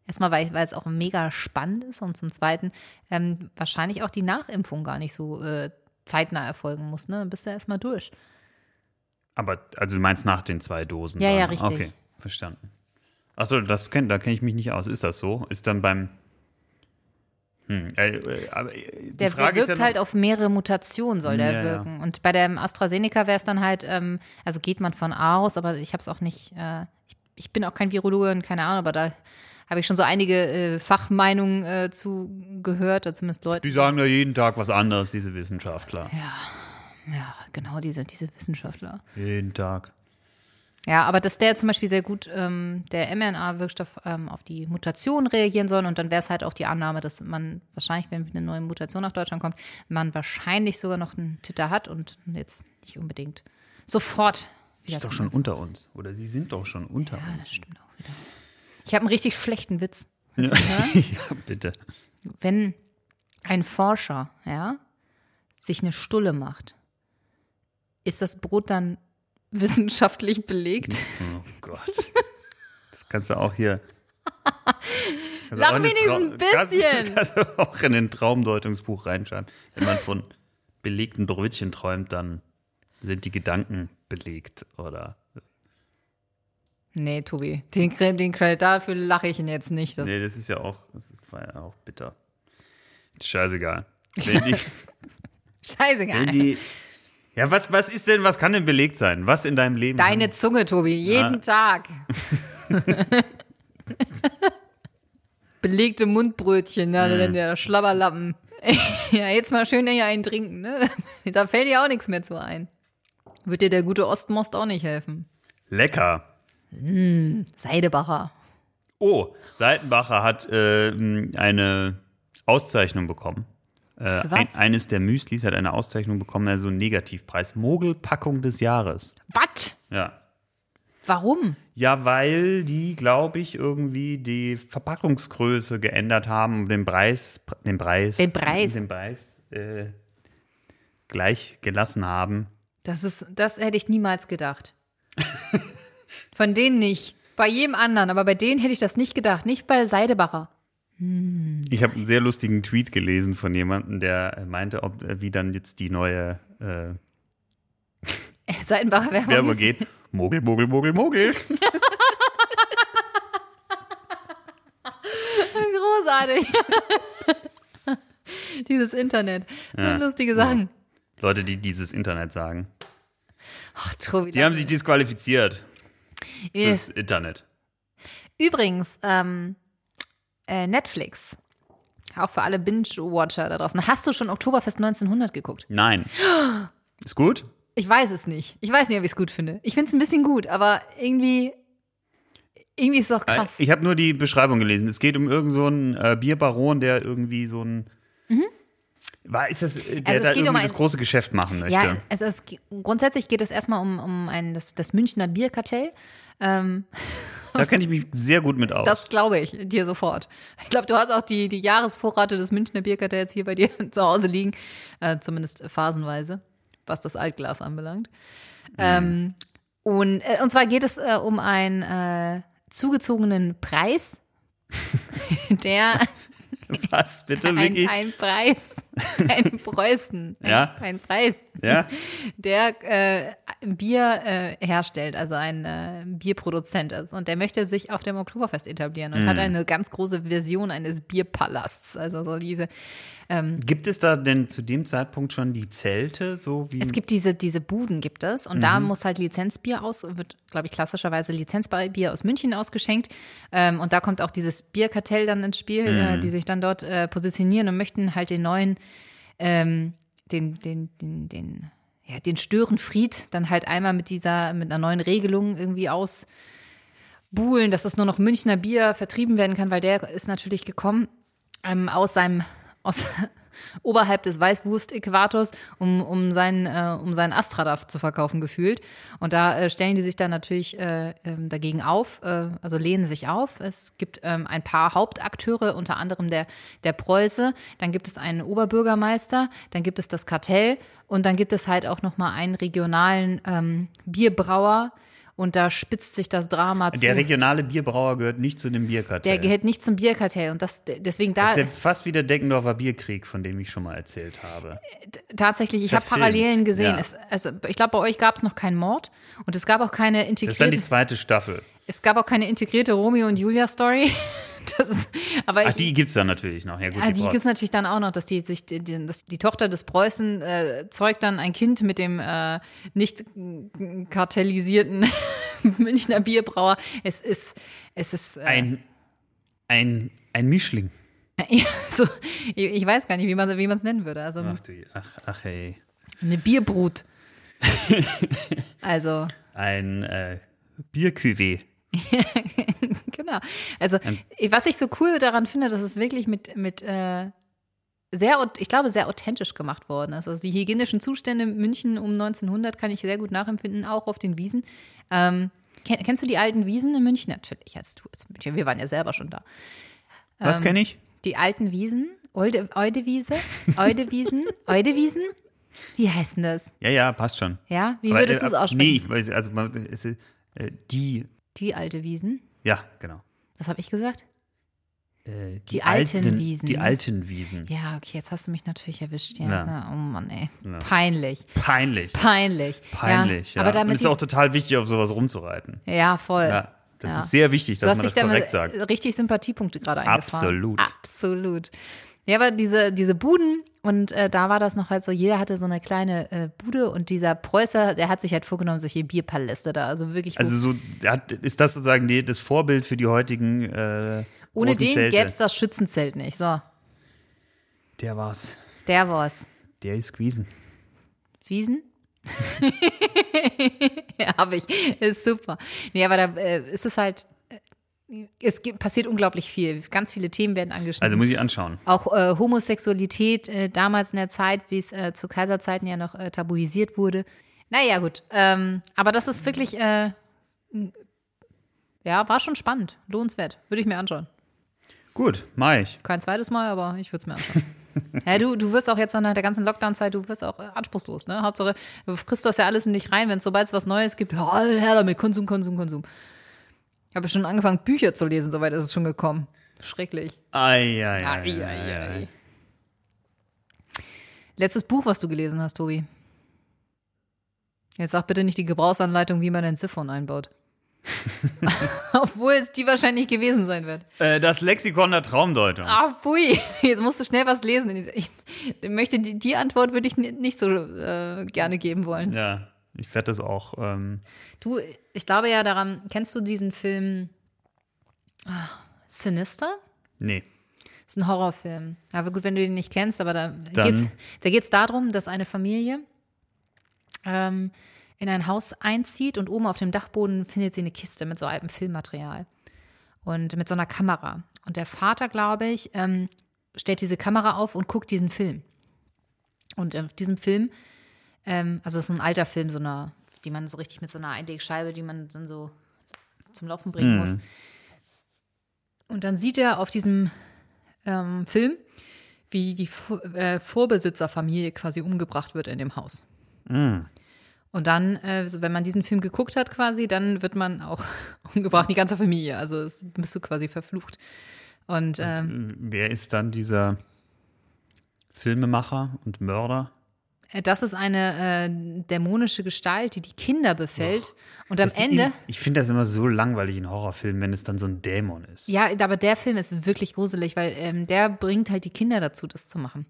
Speaker 3: erstmal, weil, weil es auch mega spannend ist und zum Zweiten ähm, wahrscheinlich auch die Nachimpfung gar nicht so äh, zeitnah erfolgen muss, ne? Dann bist du erstmal durch.
Speaker 2: Aber, also du meinst nach den zwei Dosen?
Speaker 3: Ja,
Speaker 2: dann?
Speaker 3: ja, richtig.
Speaker 2: Okay, verstanden. Achso, das kenn, da kenne ich mich nicht aus. Ist das so? Ist dann beim. Hm, äh, äh, aber äh, die
Speaker 3: Der, der
Speaker 2: Frage
Speaker 3: wirkt
Speaker 2: ist ja
Speaker 3: halt auf mehrere Mutationen, soll der
Speaker 2: Ja, ja.
Speaker 3: wirken. Und bei dem AstraZeneca wäre es dann halt, ähm, also geht man von aus, aber ich habe es auch nicht, äh, ich, ich bin auch kein Virologe und keine Ahnung, aber da habe ich schon so einige äh, Fachmeinungen äh, zu gehört, oder zumindest Leute.
Speaker 2: Die sagen ja jeden Tag was anderes, diese Wissenschaftler.
Speaker 3: Ja, genau, diese, diese Wissenschaftler.
Speaker 2: Jeden Tag.
Speaker 3: Ja, aber dass der zum Beispiel sehr gut, ähm, der mRNA-Wirkstoff, ähm, auf die Mutation reagieren soll. Und dann wäre es halt auch die Annahme, dass man wahrscheinlich, wenn eine neue Mutation nach Deutschland kommt, man wahrscheinlich sogar noch einen Titer hat und jetzt nicht unbedingt sofort wieder
Speaker 2: Ist doch
Speaker 3: zum-
Speaker 2: schon unter uns. Oder die sind doch schon unter
Speaker 3: Ja,
Speaker 2: uns.
Speaker 3: das stimmt auch wieder. Ich habe einen richtig schlechten Witz. Also,
Speaker 2: Ja. (laughs) ja, bitte.
Speaker 3: wenn ein Forscher, ja, sich eine Stulle macht, ist das Brot dann (laughs) wissenschaftlich belegt?
Speaker 2: Oh Gott. Das kannst du auch
Speaker 3: (laughs)
Speaker 2: hier. kannst du
Speaker 3: Lach
Speaker 2: auch in das
Speaker 3: wenigstens ein
Speaker 2: Trau-
Speaker 3: bisschen.
Speaker 2: Kannst, kannst du auch in ein Traumdeutungsbuch reinschreiben. Wenn man von belegten Brötchen träumt, dann sind die Gedanken belegt oder.
Speaker 3: Nee, Tobi, den, Kre- den Credit dafür lache ich ihn jetzt nicht. Das
Speaker 2: Nee, das ist ja auch, das ist, war ja auch bitter. Scheißegal.
Speaker 3: (laughs)
Speaker 2: Wenn die, wenn
Speaker 3: Scheißegal.
Speaker 2: die, ja, was, was ist denn, was kann denn belegt sein? Was in deinem Leben?
Speaker 3: Deine Zunge, Tobi, jeden
Speaker 2: Ja. (laughs)
Speaker 3: Tag. Belegte Mundbrötchen, ne,
Speaker 2: Mhm.
Speaker 3: der Schlabberlappen. (laughs) ja, jetzt mal schön hier einen trinken, ne? (laughs) Da fällt dir auch nichts mehr zu ein. Wird dir der gute Ostmost auch nicht helfen.
Speaker 2: Lecker.
Speaker 3: Seidebacher.
Speaker 2: Oh, Seitenbacher hat äh, eine Auszeichnung bekommen. Äh,
Speaker 3: Für
Speaker 2: ein,
Speaker 3: was?
Speaker 2: eines der Müslis hat eine Auszeichnung bekommen, also einen Negativpreis. Mogelpackung des Jahres.
Speaker 3: Was?
Speaker 2: Ja.
Speaker 3: Warum?
Speaker 2: Ja, weil die, glaube ich, irgendwie die Verpackungsgröße geändert haben, um den Preis, den Preis,
Speaker 3: Den Preis.
Speaker 2: den Preis äh, gleich gelassen haben.
Speaker 3: Das ist, das hätte ich niemals gedacht. (laughs) Von denen nicht. Bei jedem anderen, aber bei denen hätte ich das nicht gedacht. Nicht bei Seidebacher. (laughs)
Speaker 2: Ich habe einen sehr lustigen Tweet gelesen von jemandem, der meinte, ob, wie dann jetzt die neue äh,
Speaker 3: Seidenbacher Werbung.
Speaker 2: Werbung
Speaker 3: ist-
Speaker 2: geht. Mogel, Mogel, Mogel, Mogel.
Speaker 3: Großartig. (laughs) Dieses Internet. Das
Speaker 2: Ja.
Speaker 3: sind lustige Sachen.
Speaker 2: Leute, die dieses Internet sagen.
Speaker 3: Ach, Tobi.
Speaker 2: Die haben sich disqualifiziert fürs
Speaker 3: das
Speaker 2: Internet.
Speaker 3: Äh, Übrigens, ähm, äh, Netflix. Auch für alle Binge-Watcher da draußen. Hast du schon Oktoberfest 1900 geguckt?
Speaker 2: Nein. Ist gut?
Speaker 3: Ich weiß es nicht. Ich weiß nicht, ob ich es gut finde. Ich finde es ein bisschen gut, aber irgendwie, irgendwie ist es auch
Speaker 2: Äh,
Speaker 3: krass.
Speaker 2: Ich habe nur die Beschreibung gelesen. Es geht um irgendeinen so einen, äh, Bierbaron, der irgendwie so ein. War, ist das, äh, der
Speaker 3: Mhm. Also es
Speaker 2: da
Speaker 3: geht um
Speaker 2: irgendwie
Speaker 3: ein-
Speaker 2: das große Geschäft machen möchte.
Speaker 3: ja, also es, grundsätzlich geht es erstmal um, um ein, das, das Münchner Bierkartell. Ähm,
Speaker 2: Da kenne ich mich sehr gut mit aus.
Speaker 3: Das glaube ich dir sofort. Ich glaube, du hast auch die, die Jahresvorrate des Münchner Bierkartells hier bei dir (laughs) zu Hause liegen, äh, zumindest phasenweise, was das Altglas anbelangt.
Speaker 2: Mhm.
Speaker 3: Ähm, und, äh, und zwar geht es äh, um einen äh, zugezogenen
Speaker 2: (laughs)
Speaker 3: Preis, der
Speaker 2: (laughs) Was, bitte,
Speaker 3: ein,
Speaker 2: Vicky?
Speaker 3: ein Preis, (laughs) ein Preußen, ein,
Speaker 2: Ja.
Speaker 3: ein Preis,
Speaker 2: ja?
Speaker 3: der äh, ein Bier äh, herstellt, also ein äh, Bierproduzent ist. Und der möchte sich auf dem Oktoberfest etablieren und hat eine ganz große Version eines Bierpalasts. Also so diese,
Speaker 2: Gibt es da denn zu dem Zeitpunkt schon die Zelte, so wie
Speaker 3: es gibt diese, diese Buden gibt es und da muss halt Lizenzbier aus, wird, glaube ich, klassischerweise Lizenzbier aus München ausgeschenkt. Ähm, und da kommt auch dieses Bierkartell dann ins Spiel, äh, die sich dann dort äh, positionieren und möchten halt den neuen, ähm, den, den, den, den, ja, den Störenfried dann halt einmal mit dieser, mit einer neuen Regelung irgendwie aus, buhlen, dass das nur noch Münchner Bier vertrieben werden kann, weil der ist natürlich gekommen ähm, aus seinem, aus (laughs) oberhalb des Weißwurst-Äquators, um, um, seinen, äh, um seinen Astradaff zu verkaufen, gefühlt. Und da äh, stellen die sich dann natürlich äh, ähm, dagegen auf, äh, also lehnen sich auf. Es gibt ähm, ein paar Hauptakteure, unter anderem der, der Preuße, dann gibt es einen Oberbürgermeister, dann gibt es das Kartell und dann gibt es halt auch nochmal einen regionalen ähm, Bierbrauer, und da spitzt sich das Drama zu.
Speaker 2: der regionale Bierbrauer gehört nicht zu dem
Speaker 3: der
Speaker 2: Bierkartell?
Speaker 3: gehört nicht zum Bierkartell. Und das, deswegen da
Speaker 2: das ist ja fast wie der Deckendorfer Bierkrieg, von dem ich schon mal erzählt habe.
Speaker 3: tatsächlich, ich habe
Speaker 2: verfilmt,
Speaker 3: Parallelen gesehen.
Speaker 2: ja.
Speaker 3: Es, also ich glaube, bei euch gab es noch keinen Mord und es gab auch keine
Speaker 2: Das ist dann
Speaker 3: integrierte,
Speaker 2: die zweite Staffel.
Speaker 3: es gab auch keine integrierte Romeo und Julia Story. (laughs) das ist, aber
Speaker 2: Ach,
Speaker 3: ich,
Speaker 2: Ah, die gibt es dann natürlich noch. Ja, gut,
Speaker 3: Ah,
Speaker 2: die
Speaker 3: die
Speaker 2: braucht-
Speaker 3: gibt es natürlich dann auch noch, dass die sich die, die, dass die Tochter des Preußen äh, zeugt dann ein Kind mit dem äh, nicht kartellisierten (laughs) Münchner Bierbrauer. Es ist, es ist äh,
Speaker 2: ein, ein, ein Mischling.
Speaker 3: Ja, so, ich, ich weiß gar nicht, wie man es wie man's nennen würde. Also
Speaker 2: Ach, die- ach, ach hey.
Speaker 3: eine Bierbrut. also,
Speaker 2: Ein äh, Biercuvée.
Speaker 3: genau. Also,
Speaker 2: Ähm.
Speaker 3: ich- was ich so cool daran finde, dass es wirklich mit, mit äh, sehr, au- ich glaube, sehr authentisch gemacht worden ist. Also die hygienischen Zustände in München um 1900 kann ich sehr gut nachempfinden, auch auf den Wiesen. Ähm, ken- kennst du die alten Wiesen in München? Natürlich, als du als München. Wir waren ja selber schon da. Ähm.
Speaker 2: Was kenne ich?
Speaker 3: Die alten Wiesen, Olde, Eudewiese,
Speaker 2: (laughs)
Speaker 3: Eudewiesen, Eudewiesen. Wie heißen das?
Speaker 2: Ja, ja, passt schon.
Speaker 3: Ja, wie
Speaker 2: Aber,
Speaker 3: würdest
Speaker 2: äh,
Speaker 3: du es
Speaker 2: ab-
Speaker 3: aussprechen?
Speaker 2: Nee, ich weiß, also man- es ist, äh, die,
Speaker 3: Die alte Wiesen.
Speaker 2: ja, genau.
Speaker 3: Was habe ich gesagt?
Speaker 2: Äh, die,
Speaker 3: alten Wiesen,
Speaker 2: Die
Speaker 3: ne?
Speaker 2: alten Wiesen.
Speaker 3: Ja, okay, jetzt hast du mich natürlich erwischt. Ja.
Speaker 2: Ja.
Speaker 3: Na, Oh Mann, ey.
Speaker 2: Ja.
Speaker 3: Peinlich.
Speaker 2: Peinlich.
Speaker 3: Peinlich.
Speaker 2: Peinlich, ja.
Speaker 3: Aber
Speaker 2: Und
Speaker 3: damit
Speaker 2: es ist auch total wichtig, auf sowas rumzureiten.
Speaker 3: ja, voll.
Speaker 2: Ja, das
Speaker 3: Ja.
Speaker 2: ist sehr wichtig,
Speaker 3: du
Speaker 2: dass
Speaker 3: hast
Speaker 2: man
Speaker 3: dich
Speaker 2: das
Speaker 3: damit äh,
Speaker 2: korrekt sagt.
Speaker 3: richtig Sympathiepunkte gerade eingefahren.
Speaker 2: Absolut.
Speaker 3: Absolut. Ja, aber diese, diese Buden und äh, da war das noch halt so, jeder hatte so eine kleine äh, Bude und dieser Preußer, der hat sich halt vorgenommen, solche Bierpaläste da, also wirklich. wo-
Speaker 2: Also so hat, ist das sozusagen die, das Vorbild für die heutigen äh,
Speaker 3: ohne
Speaker 2: großen
Speaker 3: den
Speaker 2: Zelte.
Speaker 3: gäbe es das Schützenzelt nicht. So,
Speaker 2: Der war's.
Speaker 3: der war's.
Speaker 2: Der ist gewesen.
Speaker 3: Wiesen? (laughs) ja, habe ich. Ist super. Nee, aber da äh, ist es halt, äh, es gibt, passiert unglaublich viel. Ganz viele Themen werden angeschnitten.
Speaker 2: Also muss ich anschauen.
Speaker 3: auch äh, Homosexualität äh, damals in der Zeit, wie es äh, zu Kaiserzeiten ja noch äh, tabuisiert wurde. Naja, gut. Ähm, aber das ist wirklich, äh, ja, war schon spannend. Lohnenswert. Würde ich mir anschauen.
Speaker 2: Gut, mach ich.
Speaker 3: Kein zweites Mal, aber ich würde es mir anschauen. ja, du, du wirst auch jetzt nach der ganzen Lockdown-Zeit, du wirst auch äh, anspruchslos, ne? Hauptsache, du frisst das ja alles in dich rein, wenn es sobald es was Neues gibt, ja, her damit, Konsum, Konsum, Konsum. Ich habe schon angefangen, Bücher zu lesen, soweit ist es schon gekommen. Schrecklich.
Speaker 2: Ei, ei, ei,
Speaker 3: Ai, ai,
Speaker 2: ei, ei, ei.
Speaker 3: ai. Letztes Buch, was du gelesen hast, Tobi. Jetzt sag bitte nicht die Gebrauchsanleitung, wie man ein Siphon einbaut. (laughs) Obwohl es die wahrscheinlich gewesen sein wird.
Speaker 2: Äh, das Lexikon der Traumdeutung.
Speaker 3: Ah, pfui. (laughs) Jetzt musst du schnell was lesen. Ich möchte, die, die Antwort würde ich ni- nicht so äh, gerne geben wollen.
Speaker 2: Ja, ich werde das auch. Ähm,
Speaker 3: Du, ich glaube ja daran, kennst du diesen Film ah, Sinister?
Speaker 2: nee.
Speaker 3: ist ein Horrorfilm. Aber gut, wenn du den nicht kennst, aber da
Speaker 2: Dann-
Speaker 3: geht's, da geht's darum, dass eine Familie ähm, in ein Haus einzieht und oben auf dem Dachboden findet sie eine Kiste mit so altem Filmmaterial und mit so einer Kamera. Und der Vater, glaube ich, ähm, stellt diese Kamera auf und guckt diesen Film. Und auf diesem Film, ähm, also es ist ein alter Film, so einer, die man so richtig mit so einer Einwegscheibe, die man dann so zum Laufen bringen muss. Und dann sieht er auf diesem ähm, Film, wie die Vo- äh, Vorbesitzerfamilie quasi umgebracht wird in dem Haus. Und dann, äh, so, wenn man diesen Film geguckt hat quasi, dann wird man auch (laughs) umgebracht, die ganze Familie. Also es, bist du quasi verflucht. Und ähm,
Speaker 2: Wer ist dann dieser Filmemacher und Mörder?
Speaker 3: äh, das ist eine äh, dämonische Gestalt, die die Kinder befällt. Und am
Speaker 2: Dass die
Speaker 3: Ende,
Speaker 2: ihn- Ich finde das immer so langweilig in Horrorfilmen, wenn es dann so ein Dämon ist.
Speaker 3: ja, aber der Film ist wirklich gruselig, weil ähm, der bringt halt die Kinder dazu, das zu machen.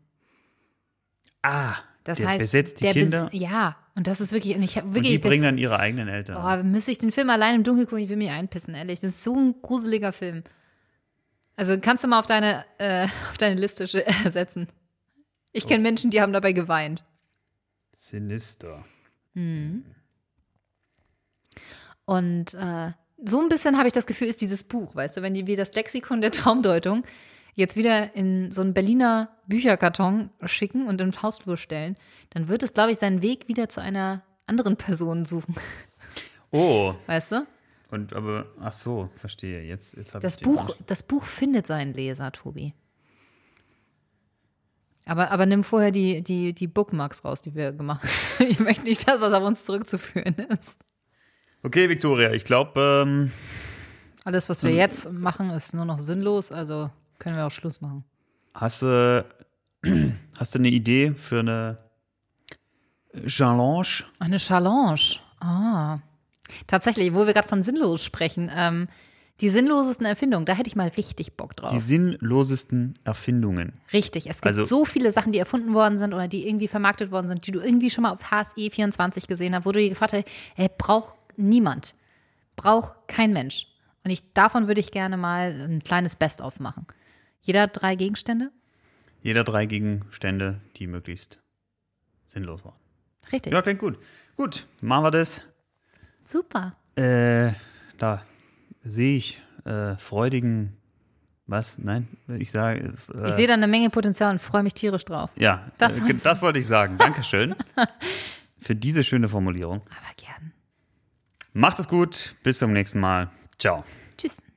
Speaker 2: Ah,
Speaker 3: Das
Speaker 2: der
Speaker 3: heißt,
Speaker 2: besetzt die
Speaker 3: der bes-
Speaker 2: Kinder
Speaker 3: Ja, und das ist wirklich, und ich habe
Speaker 2: und
Speaker 3: wirklich.
Speaker 2: die bringen
Speaker 3: das,
Speaker 2: dann ihre eigenen Eltern.
Speaker 3: Oh, müsste ich den Film allein im Dunkeln gucken? Ich will mich einpissen, ehrlich. Das ist so ein gruseliger Film. Also kannst du mal auf deine, äh, (laughs) auf deine Liste sch- (laughs) setzen. Ich kenne Menschen, die haben dabei geweint.
Speaker 2: Sinister.
Speaker 3: Und äh, so ein bisschen habe ich das Gefühl, ist dieses Buch, weißt du, wenn die, wie das Lexikon der Traumdeutung jetzt wieder in so einen Berliner Bücherkarton schicken und in Hausflur stellen, dann wird es, glaube ich, seinen Weg wieder zu einer anderen Person suchen, (laughs)
Speaker 2: Oh,
Speaker 3: weißt du?
Speaker 2: und aber, ach so, verstehe. Jetzt, jetzt habe
Speaker 3: Das
Speaker 2: ich die
Speaker 3: Buch,
Speaker 2: Wunsch-
Speaker 3: das Buch findet seinen Leser, Tobi. Aber, aber nimm vorher die, die, die Bookmarks raus, die wir gemacht haben. (laughs) Ich möchte nicht, dass das auf uns zurückzuführen ist.
Speaker 2: Okay, Victoria, ich glaube, ähm,
Speaker 3: Alles, was wir jetzt machen, ist nur noch sinnlos, also können wir auch Schluss machen.
Speaker 2: hast du (clears throat) hast du eine Idee für eine äh, Challenge?
Speaker 3: Eine Challenge. Ah. Tatsächlich, wo wir gerade von sinnlos sprechen, ähm, die sinnlosesten Erfindungen, da hätte ich mal richtig Bock drauf.
Speaker 2: Die sinnlosesten Erfindungen.
Speaker 3: Richtig, es gibt
Speaker 2: Also-
Speaker 3: so viele Sachen, die erfunden worden sind oder die irgendwie vermarktet worden sind, die du irgendwie schon mal auf HSE24 gesehen hast, wo du dir gefragt hast, hey, braucht niemand, braucht kein Mensch. Und ich, davon würde ich gerne mal ein kleines Best-of machen. Jeder drei Gegenstände?
Speaker 2: Jeder drei Gegenstände, die möglichst sinnlos waren.
Speaker 3: Richtig,
Speaker 2: Ja, klingt gut. Gut, machen wir das.
Speaker 3: super.
Speaker 2: Äh, da sehe ich äh, freudigen. Was? Nein, ich sage. Äh,
Speaker 3: Ich sehe da eine Menge Potenzial und freue mich tierisch drauf.
Speaker 2: ja,
Speaker 3: Das
Speaker 2: das, äh, das wollte ich sagen.
Speaker 3: (laughs)
Speaker 2: Dankeschön für diese schöne Formulierung.
Speaker 3: Aber gern.
Speaker 2: Macht es gut. Bis zum nächsten Mal. Ciao.
Speaker 3: Tschüss.